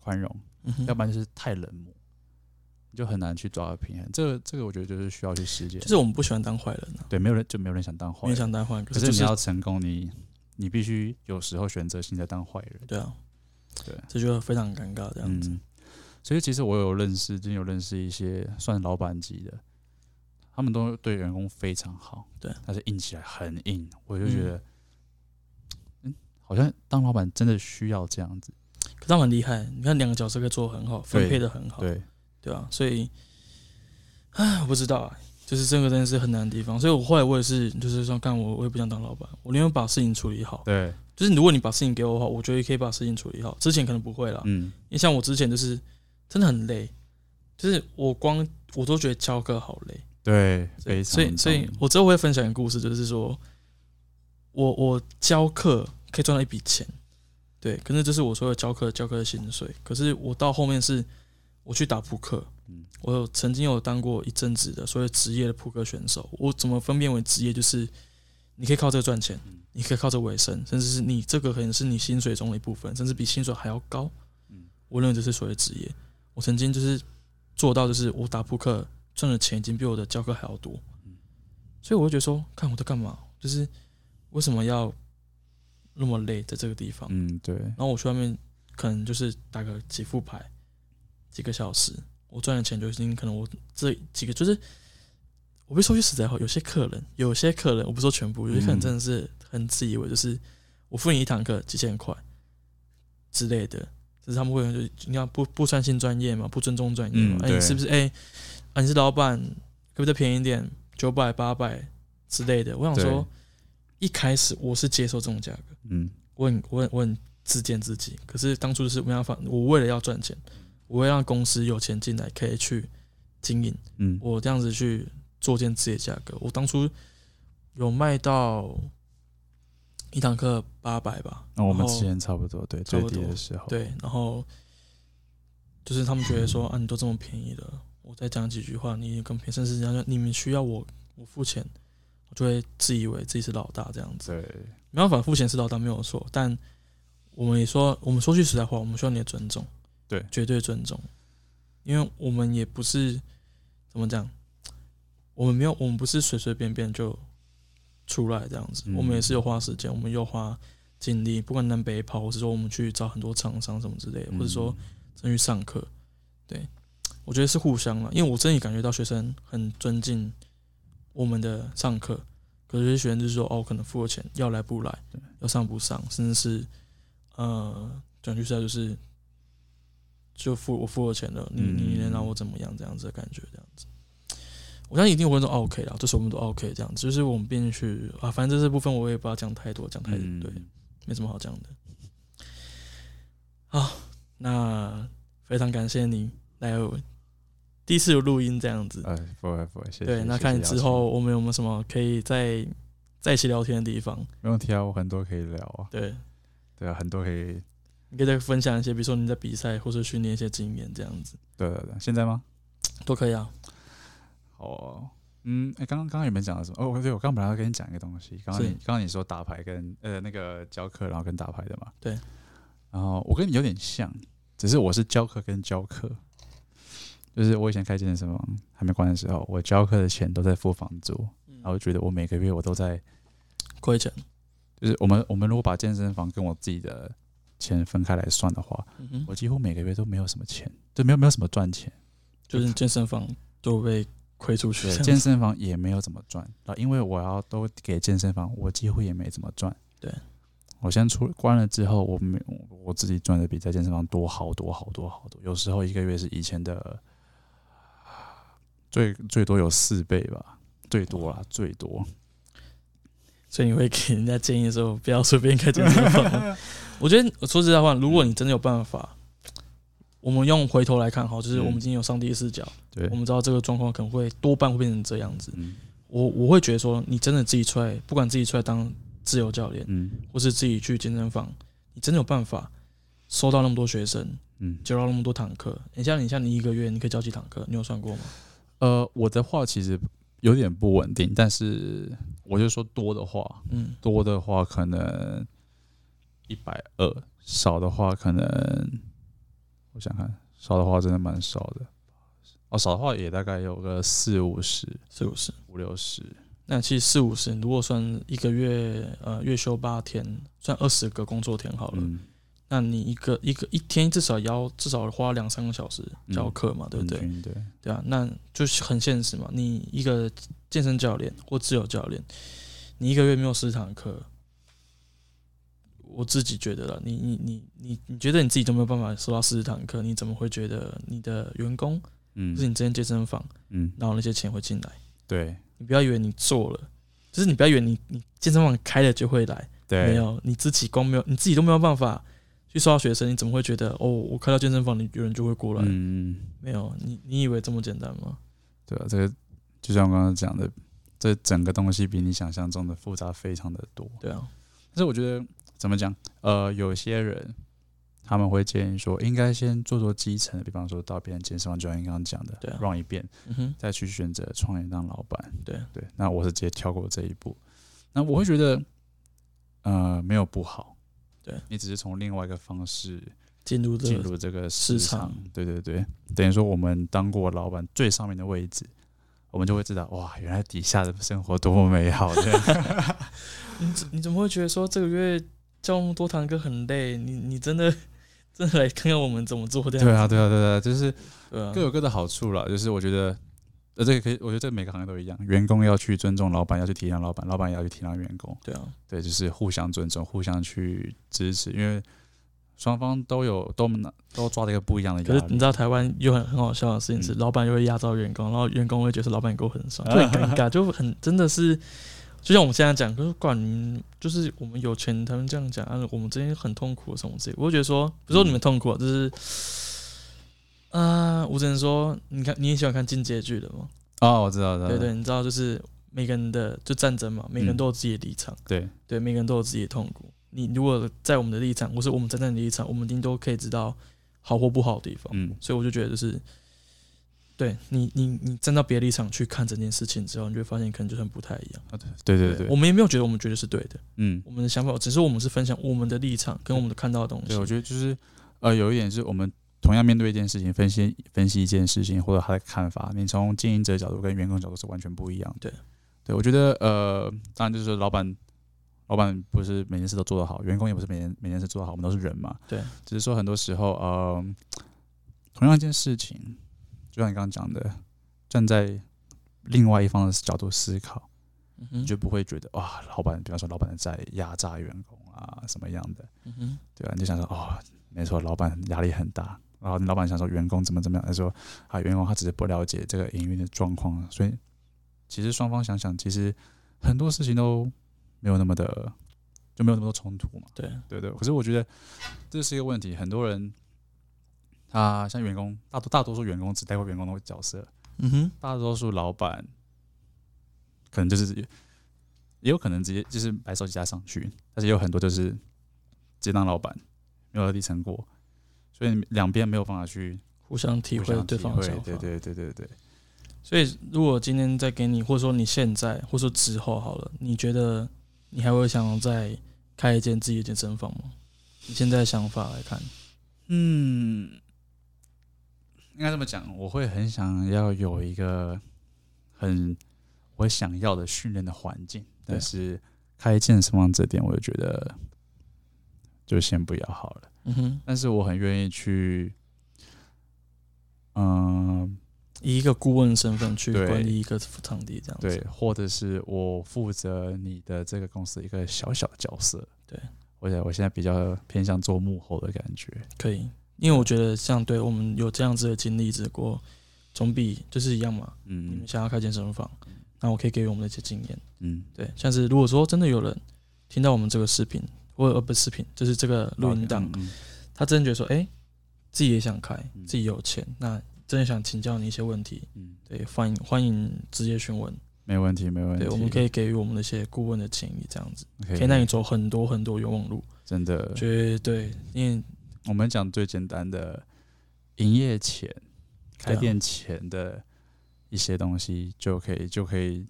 [SPEAKER 2] 宽容，
[SPEAKER 3] 嗯哼
[SPEAKER 2] 要不然就是太冷漠，你就很难去抓平衡。这个这个我觉得就是需要去实践，
[SPEAKER 3] 就是我们不喜欢当坏人啊。
[SPEAKER 2] 对没有人就没有人想当坏
[SPEAKER 3] 勉
[SPEAKER 2] 人，
[SPEAKER 3] 强当坏人，可
[SPEAKER 2] 可
[SPEAKER 3] 是
[SPEAKER 2] 是
[SPEAKER 3] 就
[SPEAKER 2] 你
[SPEAKER 3] 是
[SPEAKER 2] 要成功，你你必须有时候选择性的当坏人。
[SPEAKER 3] 对啊，
[SPEAKER 2] 对
[SPEAKER 3] 这就非常尴尬这样子。
[SPEAKER 2] 嗯。所以其实我有认识，最近有认识一些算是老板级的，他们都对员工非常好，
[SPEAKER 3] 对，
[SPEAKER 2] 但是硬起来很硬，我就觉得，嗯，好像当老板真的需要这样子，
[SPEAKER 3] 可他们很厉害，你看两个角色可以做得很好，分配的很好，
[SPEAKER 2] 对，
[SPEAKER 3] 对啊，所以，唉，我不知道啊，就是这个真的是很难的地方。所以我后来我也是，就是说，干我我也不想当老板，我宁愿把事情处理好。
[SPEAKER 2] 对，
[SPEAKER 3] 就是如果你把事情给我的话，我觉得可以把事情处理好。之前可能不会啦，
[SPEAKER 2] 嗯，
[SPEAKER 3] 因为像我之前就是真的很累，就是我光我都觉得教课好累。
[SPEAKER 2] 对，非常
[SPEAKER 3] 所以，所以
[SPEAKER 2] 棒
[SPEAKER 3] 我之后会分享一个故事，就是说我我教课可以赚到一笔钱，对，可是这是我所有教课教课的薪水。可是我到后面是，我去打扑克，
[SPEAKER 2] 嗯
[SPEAKER 3] 我有曾经有当过一阵子的所谓职业的扑克选手。我怎么分辨为职业？就是你可以靠这个赚钱
[SPEAKER 2] 嗯，
[SPEAKER 3] 你可以靠这为生，甚至是你这个可能是你薪水中的一部分，甚至比薪水还要高
[SPEAKER 2] 嗯。
[SPEAKER 3] 我认为这是所谓职业。我曾经就是做到，就是我打扑克赚的钱已经比我的教课还要多
[SPEAKER 2] 嗯，
[SPEAKER 3] 所以我会觉得说，看我在干嘛？就是为什么要那么累在这个地方？
[SPEAKER 2] 嗯，对，
[SPEAKER 3] 然后我去外面可能就是打个几副牌，几个小时，我赚的钱就已经可能我这几个就是，我被说句实在话，有些客人，有些客人，我不说全部，有些客人
[SPEAKER 2] 嗯
[SPEAKER 3] 真的是很自以为，就是我付你一堂课几千块之类的，就是他们会就你看不不相信专业嘛，不尊重专业嘛，
[SPEAKER 2] 嗯
[SPEAKER 3] 哎、
[SPEAKER 2] 对
[SPEAKER 3] 你是不是哎、啊你是老板，可不可以再便宜一点，九百八百之类的？我想说
[SPEAKER 2] 对，
[SPEAKER 3] 一开始我是接受这种价格。
[SPEAKER 2] 嗯
[SPEAKER 3] 我很我很我很自荐自己，可是当初是没办法，我为了要赚钱，我为了让公司有钱进来可以去经营，
[SPEAKER 2] 嗯
[SPEAKER 3] 我这样子去做件自己的价格。我当初有卖到一堂课八百吧，
[SPEAKER 2] 那哦我
[SPEAKER 3] 然
[SPEAKER 2] 们
[SPEAKER 3] 后
[SPEAKER 2] 之前差不多，对，
[SPEAKER 3] 差
[SPEAKER 2] 最
[SPEAKER 3] 不
[SPEAKER 2] 低
[SPEAKER 3] 多
[SPEAKER 2] 的时候，，
[SPEAKER 3] 对，然后就是他们觉得说啊，你都这么便宜了，我再讲几句话，你也更便宜，甚至人家说你们需要我，我付钱，我就会自以为自己是老大这样子。
[SPEAKER 2] 对，
[SPEAKER 3] 没办法，付钱是老大没有错，但我们也说，我们说句实在话，我们需要你的尊重，
[SPEAKER 2] 对
[SPEAKER 3] 绝对尊重，因为我们也不是怎么讲，我们没有，我们不是随随便便就出来这样子，
[SPEAKER 2] 嗯
[SPEAKER 3] 我们也是有花时间，我们有花精力，不管南北跑，或是说我们去找很多厂商什么之类的，或者
[SPEAKER 2] 嗯
[SPEAKER 3] 说真去上课，对我觉得是互相了，因为我真的感觉到学生很尊敬我们的上课，可是有些学生就是说哦，可能付了钱要来不来
[SPEAKER 2] 对，
[SPEAKER 3] 要上不上，甚至是呃，转句实在就是就付我付了钱了，
[SPEAKER 2] 嗯
[SPEAKER 3] 你你能让我怎么样这样子的感觉这样子。我相信一定会说哦 OK 啦，这时候我们都 OK 这样子，就是我们必须啊，反正这些部分我也不要讲太多，讲太多、
[SPEAKER 2] 嗯
[SPEAKER 3] 哎对，没什么好讲的。好，那非常感谢你来我第一次有录音这样子，
[SPEAKER 2] 呃，不会不会，谢谢。
[SPEAKER 3] 对，那
[SPEAKER 2] 谢谢
[SPEAKER 3] 看
[SPEAKER 2] 邀
[SPEAKER 3] 之
[SPEAKER 2] 请
[SPEAKER 3] 后我们有没有什么可以再在一起聊天的地方？
[SPEAKER 2] 没问题啊，我很多可以聊啊，
[SPEAKER 3] 对，
[SPEAKER 2] 对啊，很多可以，
[SPEAKER 3] 你可以再分享一些，比如说你在比赛或者训练一些经验这样子
[SPEAKER 2] 对对对，现在吗？
[SPEAKER 3] 都可以啊。
[SPEAKER 2] 好哦，嗯，哎，刚刚刚刚有没有讲到什么？哦，对，我刚本来要跟你讲一个东西，刚刚你
[SPEAKER 3] 是
[SPEAKER 2] 刚刚你说打牌跟呃那个教课，然后跟打牌的嘛，
[SPEAKER 3] 对，
[SPEAKER 2] 然后我跟你有点像，只是我是教课跟教课，就是我以前开健身房还没关的时候，我教课的钱都在付房租，然后觉得我每个月我都在，
[SPEAKER 3] 嗯亏钱，
[SPEAKER 2] 就是我们我们如果把健身房跟我自己的钱分开来算的话，
[SPEAKER 3] 嗯哼，
[SPEAKER 2] 我几乎每个月都没有什么钱，就没有没有什么赚钱。
[SPEAKER 3] 就是你健身房都被亏出去
[SPEAKER 2] 对，
[SPEAKER 3] 这样
[SPEAKER 2] 健
[SPEAKER 3] 子。
[SPEAKER 2] 身房也没有怎么赚，然后因为我要都给健身房，我几乎也没怎么赚。
[SPEAKER 3] 对，
[SPEAKER 2] 我先出关了之后，我没我我自己赚的比在健身房多好多好多好多，有时候一个月是以前的最最多有四倍吧，最多啦，最多。
[SPEAKER 3] 所以你会给人家建议说，不要随便开健身
[SPEAKER 1] [laughs]
[SPEAKER 3] 房。我觉得我说实在话，如果你真的有办法，我们用回头来看好，就是我们
[SPEAKER 2] 嗯
[SPEAKER 3] 今天有上帝视角，
[SPEAKER 2] 对
[SPEAKER 3] 我，们知道这个状况可能会多半会变成这样子。
[SPEAKER 2] 嗯
[SPEAKER 3] 我我会觉得说，你真的自己出来，不管自己出来当自由教练，
[SPEAKER 2] 嗯
[SPEAKER 3] 或是自己去健身房，你真的有办法收到那么多学生，
[SPEAKER 2] 嗯，
[SPEAKER 3] 教到那么多堂课。你像你像你一个月你可以教几堂课，你有算过吗？
[SPEAKER 2] 呃，我的话其实有点不稳定，但是我就说多的话，
[SPEAKER 3] 嗯，
[SPEAKER 2] 多的话可能一百二，少的话可能我想看，少的话真的蛮少的。哦，少的话也大概有个四五十、
[SPEAKER 3] 四五十。
[SPEAKER 2] 五六十，
[SPEAKER 3] 那其实四五十，如果算一个月，呃，月休八天，算二十个工作天好了。
[SPEAKER 2] 嗯，
[SPEAKER 3] 那你一个一个一天至少也要至少花两三个小时教课嘛，对不对？
[SPEAKER 2] 嗯平均对，
[SPEAKER 3] 对啊，那就是很现实嘛。你一个健身教练或自由教练，你一个月没有十堂课，我自己觉得了，你你你你你觉得你自己都没有办法收到十堂课，你怎么会觉得你的员工或是
[SPEAKER 2] 嗯
[SPEAKER 3] 你之前健身房，
[SPEAKER 2] 嗯，
[SPEAKER 3] 然后那些钱会进来？
[SPEAKER 2] 对
[SPEAKER 3] 你不要以为你做了，就是你不要以为你你健身房开了就会来，
[SPEAKER 2] 对，
[SPEAKER 3] 没有，你自己光没有你自己都没有办法去收到学生，你怎么会觉得哦，我开到健身房，你有人就会过来？
[SPEAKER 2] 嗯，
[SPEAKER 3] 没有，你你以为这么简单吗？
[SPEAKER 2] 对啊，这个就像我刚刚讲的，这整个东西比你想象中的复杂非常的多。
[SPEAKER 3] 对啊，
[SPEAKER 2] 但是我觉得怎么讲，呃，有些人他们会建议说，应该先做做基层的，比方说到别人健身房，就像你刚刚讲的，
[SPEAKER 3] 对啊
[SPEAKER 2] run 一遍，
[SPEAKER 3] 嗯哼，
[SPEAKER 2] 再去选择创业当老板。
[SPEAKER 3] 对
[SPEAKER 2] 对，那我是直接跳过这一步。那我会觉得，呃，没有不好，
[SPEAKER 3] 对
[SPEAKER 2] 你只是从另外一个方式
[SPEAKER 1] 进入这
[SPEAKER 2] 进
[SPEAKER 1] 个
[SPEAKER 2] 入这个
[SPEAKER 1] 市
[SPEAKER 2] 场
[SPEAKER 1] 场。
[SPEAKER 2] 对对对，等于说我们当过老板最上面的位置，我们就会知道，哇，原来底下的生活多么美好。 [laughs] 啊这样
[SPEAKER 1] 你怎你怎么会觉得说这个月教我们多堂课很累？你你真的 [laughs] 真的来看看我们怎么做这样？
[SPEAKER 2] 对啊，对啊，对啊，就是
[SPEAKER 1] 对啊
[SPEAKER 2] 各，有各的好处啦。就是我觉得，呃，这个可以，我觉得这每个行业都一样，员工要去尊重老板，要去体谅老板，老板也要去体谅员工。
[SPEAKER 3] 对啊，
[SPEAKER 2] 对，就是互相尊重，互相去支持，因为双方都有都拿都抓了一个不一样的
[SPEAKER 1] 可是
[SPEAKER 2] 压
[SPEAKER 1] 你
[SPEAKER 2] 力。
[SPEAKER 1] 知道台湾有很很好笑的事情是，
[SPEAKER 2] 嗯啊
[SPEAKER 1] 老板就会压榨员工，然后员工会觉得老板给我很爽，就很尴尬，就很真的是，就像我们现在讲，就是管你们，就是我们有钱，他们这样讲，啊，我们之间很痛苦什么之类，我会觉得说，不是说你们痛苦啊，就是，啊、我只能说，你看你也喜欢看进阶剧的嘛，
[SPEAKER 2] 哦，我知道，知道，
[SPEAKER 1] 对对，你知道就是每个人的就战争嘛，
[SPEAKER 2] 嗯
[SPEAKER 1] 每个
[SPEAKER 3] 嗯
[SPEAKER 1] 人都有自己的立场，
[SPEAKER 2] 对
[SPEAKER 1] 对，每个人都有自己的痛苦。你如果在我们的立场，或是我们站在你的立场，我们一定都可以知道好或不好的地方。
[SPEAKER 2] 嗯，
[SPEAKER 1] 所以我就觉得就是，对你你你站到别的立场去看整件事情之后，你就会发现可能就算不太一样。
[SPEAKER 2] 对对对，
[SPEAKER 1] 我们也没有觉得我们觉得是对的，
[SPEAKER 2] 嗯，
[SPEAKER 1] 我们的想法只是我们是分享我们的立场跟我们的看到的东西
[SPEAKER 2] 对，。我觉得就是呃，有一点是我们同样面对一件事情，分析分析一件事情或者他的看法，你从经营者角度跟员工角度是完全不一样的。
[SPEAKER 3] 对，
[SPEAKER 2] 对我觉得呃，当然就是老板。老板不是每件事都做得好，员工也不是每件每件事做得好，我们都是人嘛。
[SPEAKER 1] 对，
[SPEAKER 2] 只是说很多时候，呃，同样一件事情，就像你刚刚讲的，站在另外一方的角度思考，
[SPEAKER 1] 嗯
[SPEAKER 2] 你
[SPEAKER 1] 哼
[SPEAKER 2] 就不会觉得哇，老板，比方说老板在压榨员工啊，什么样的。
[SPEAKER 1] 嗯哼，
[SPEAKER 2] 对啊，你就想说哦，没错，老板压力很大，然后你老板想说员工怎么怎么样，他说啊，员工他只是不了解这个营运的状况，所以其实双方想想，其实很多事情都没有那么的，就没有那么多冲突嘛，
[SPEAKER 1] 对，啊
[SPEAKER 2] 对对。可是我觉得这是一个问题，很多人他像员工，大多大多数员工只带过员工的角色，
[SPEAKER 1] 嗯哼，
[SPEAKER 2] 大多数老板可能就是也有可能直接就是白手起家上去，但是也有很多就是直接当老板，没有历程过，所以两边没有办法去
[SPEAKER 1] 互相体
[SPEAKER 2] 互
[SPEAKER 1] 会
[SPEAKER 2] 相
[SPEAKER 1] 对
[SPEAKER 2] 体
[SPEAKER 1] 方的
[SPEAKER 2] 会
[SPEAKER 1] 想法。
[SPEAKER 2] 对对对对对，
[SPEAKER 1] 所以，如果今天再给你，或者说你现在，或者说之后好了，你觉得你还会想要再开一间自己的健身房吗？你现在的想法来看，
[SPEAKER 2] 嗯，应该这么讲，我会很想要有一个很我想要的训练的环境，但是开健身房这点，我就觉得就先不要好了。
[SPEAKER 1] 嗯哼，
[SPEAKER 2] 但是我很愿意去，嗯、
[SPEAKER 1] 以一个顾问身份去
[SPEAKER 2] 对
[SPEAKER 1] 管理一个场地，这样子。
[SPEAKER 2] 对，或者是我负责你的这个公司一个小小的角色，
[SPEAKER 1] 对，
[SPEAKER 2] 我想我现在比较偏向做幕后的感觉，
[SPEAKER 1] 可以，因为我觉得像对我们有这样子的经历之过，总比就是一样嘛。你
[SPEAKER 2] 嗯
[SPEAKER 1] 们想要开健身房，那我可以给予我们的一些经验。
[SPEAKER 2] 嗯，
[SPEAKER 1] 对，像是如果说真的有人听到我们这个视频，或呃不是视频，就是这个录音档，
[SPEAKER 2] 嗯，
[SPEAKER 1] 他真的觉得说，哎、自己也想开，
[SPEAKER 2] 嗯
[SPEAKER 1] 自己有钱，那真的想请教你一些问题，
[SPEAKER 2] 嗯，嗯
[SPEAKER 1] 对，欢迎欢迎直接询问，
[SPEAKER 2] 没问题，没问题，
[SPEAKER 1] 对，我们可
[SPEAKER 2] 以
[SPEAKER 1] 以给予我们的一些顾问的建议，这样子
[SPEAKER 2] 可
[SPEAKER 1] 可以让你走很多很多冤枉路，
[SPEAKER 2] 真的，
[SPEAKER 1] 绝对，因为
[SPEAKER 2] 我们讲最简单的营业前、开
[SPEAKER 1] 对啊
[SPEAKER 2] 店前的一些东西，就可以就可以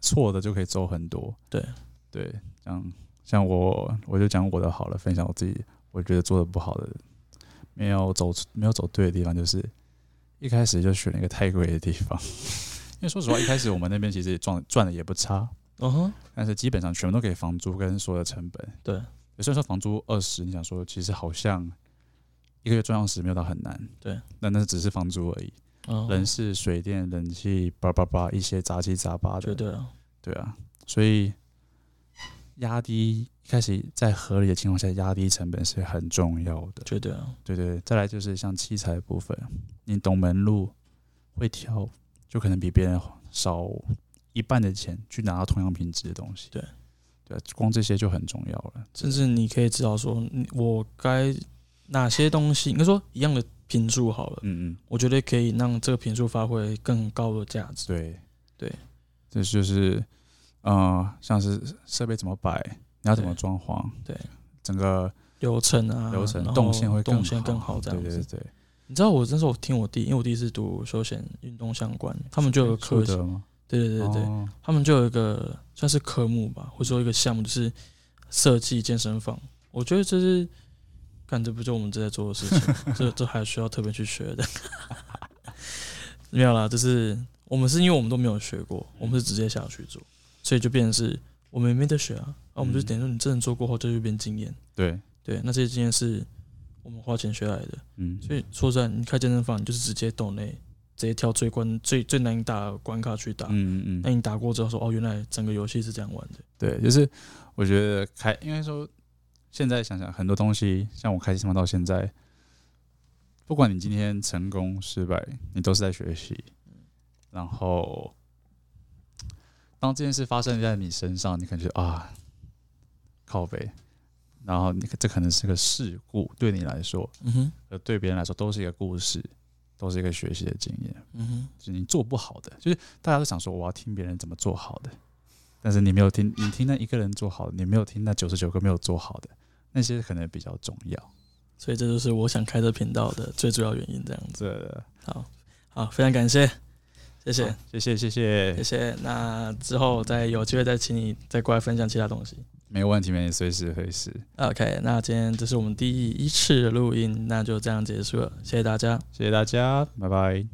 [SPEAKER 2] 错的就可以走很多。
[SPEAKER 1] 对
[SPEAKER 2] 对，像像我我就讲我的好了，分享我自己我觉得做的不好的，没有走没有走对的地方，就是一开始就选了一个太贵的地方。因为说实话，一开始我们那边其实也赚赚的也不差，
[SPEAKER 1] 嗯哼，
[SPEAKER 2] 但是基本上全部都给房租跟所有的成本。
[SPEAKER 1] 对，
[SPEAKER 2] 虽然说房租二十，你想说其实好像一个月赚二十没有到很难。
[SPEAKER 1] 对，
[SPEAKER 2] 那那只是房租而已，
[SPEAKER 1] 嗯，
[SPEAKER 2] 人事、水电、冷气，叭叭叭一些杂七杂八
[SPEAKER 1] 绝
[SPEAKER 2] 的。
[SPEAKER 1] 对啊，
[SPEAKER 2] 对啊，所以压低一开始在合理的情况下压低成本是很重要的。
[SPEAKER 1] 绝对啊，
[SPEAKER 2] 对对对，再来就是像器材的部分，你懂门路，会挑，就可能比别人少一半的钱去拿到同样品质的东西。
[SPEAKER 1] 对，
[SPEAKER 2] 对啊，光这些就很重要了。
[SPEAKER 1] 甚至你可以知道说，你我该哪些东西，应该说一样的频数好了，
[SPEAKER 2] 嗯嗯，
[SPEAKER 1] 我觉得可以让这个频数发挥更高的价值，
[SPEAKER 2] 对
[SPEAKER 1] 对，
[SPEAKER 2] 这就是呃，像是设备怎么摆，你要怎么
[SPEAKER 1] 对
[SPEAKER 2] 装潢，
[SPEAKER 1] 对，
[SPEAKER 2] 整个
[SPEAKER 1] 流程啊，
[SPEAKER 2] 流程
[SPEAKER 1] 然后
[SPEAKER 2] 动线会
[SPEAKER 1] 动线更
[SPEAKER 2] 更
[SPEAKER 1] 好这
[SPEAKER 2] 对
[SPEAKER 1] 样
[SPEAKER 2] 对
[SPEAKER 1] 子
[SPEAKER 2] 对。对，
[SPEAKER 1] 你知道我那时候我听我弟，因为我弟是读休闲运动相关，他们就有
[SPEAKER 2] 科
[SPEAKER 1] 科，
[SPEAKER 2] 德哎吗？
[SPEAKER 1] 对对对对，
[SPEAKER 2] 哦
[SPEAKER 1] 他们就有一个算是科目吧，或者说一个项目，就是设计健身房。我觉得这是，干这不就我们正在做的事情
[SPEAKER 2] [laughs]
[SPEAKER 1] 吗，这这还需要特别去学的。 [laughs] 没有啦，就是我们是因为我们都没有学过，
[SPEAKER 2] 嗯
[SPEAKER 1] 我们是直接下去做，所以就变成是我们也没得学啊，啊，我们就
[SPEAKER 2] 嗯
[SPEAKER 1] 等于说你真的做过后，这就变经验。
[SPEAKER 2] 对，
[SPEAKER 1] 对，那这些经验是我们花钱学来的，
[SPEAKER 2] 嗯，
[SPEAKER 1] 所以说实在，你开健身房，你就是直接抖内，直接挑最关最最难打的关卡去打，
[SPEAKER 2] 嗯嗯
[SPEAKER 1] 那
[SPEAKER 2] 嗯，
[SPEAKER 1] 你打过之后说，哦，原来整个游戏是这样玩的。
[SPEAKER 2] 对，就是我觉得开，应该说现在想想很多东西，像我开心房到现在，不管你今天成功失败，你都是在学习。然后，当这件事发生在你身上，你感觉啊，靠背，然后你这可能是个事故，对你来说，
[SPEAKER 1] 嗯哼，
[SPEAKER 2] 呃，对别人来说都是一个故事，都是一个学习的经验。
[SPEAKER 1] 嗯哼，
[SPEAKER 2] 就是你做不好的，就是大家都想说我要听别人怎么做好的，但是你没有听，你听那一个人做好的，你没有听那九十九个没有做好的，那些可能比较重要。
[SPEAKER 1] 所以这就是我想开这频道的最主要原因。这样子，
[SPEAKER 2] 这
[SPEAKER 1] 好，好，非常感谢，谢谢，
[SPEAKER 2] 谢谢谢
[SPEAKER 1] 谢
[SPEAKER 2] 谢，
[SPEAKER 1] 谢。那之后再有机会再请你再过来分享其他东西。
[SPEAKER 2] 没问题，没问题，随时随时，
[SPEAKER 1] OK，那今天这是我们第一次的录音，那就这样结束了，谢谢大家。
[SPEAKER 2] 谢谢大家，拜拜。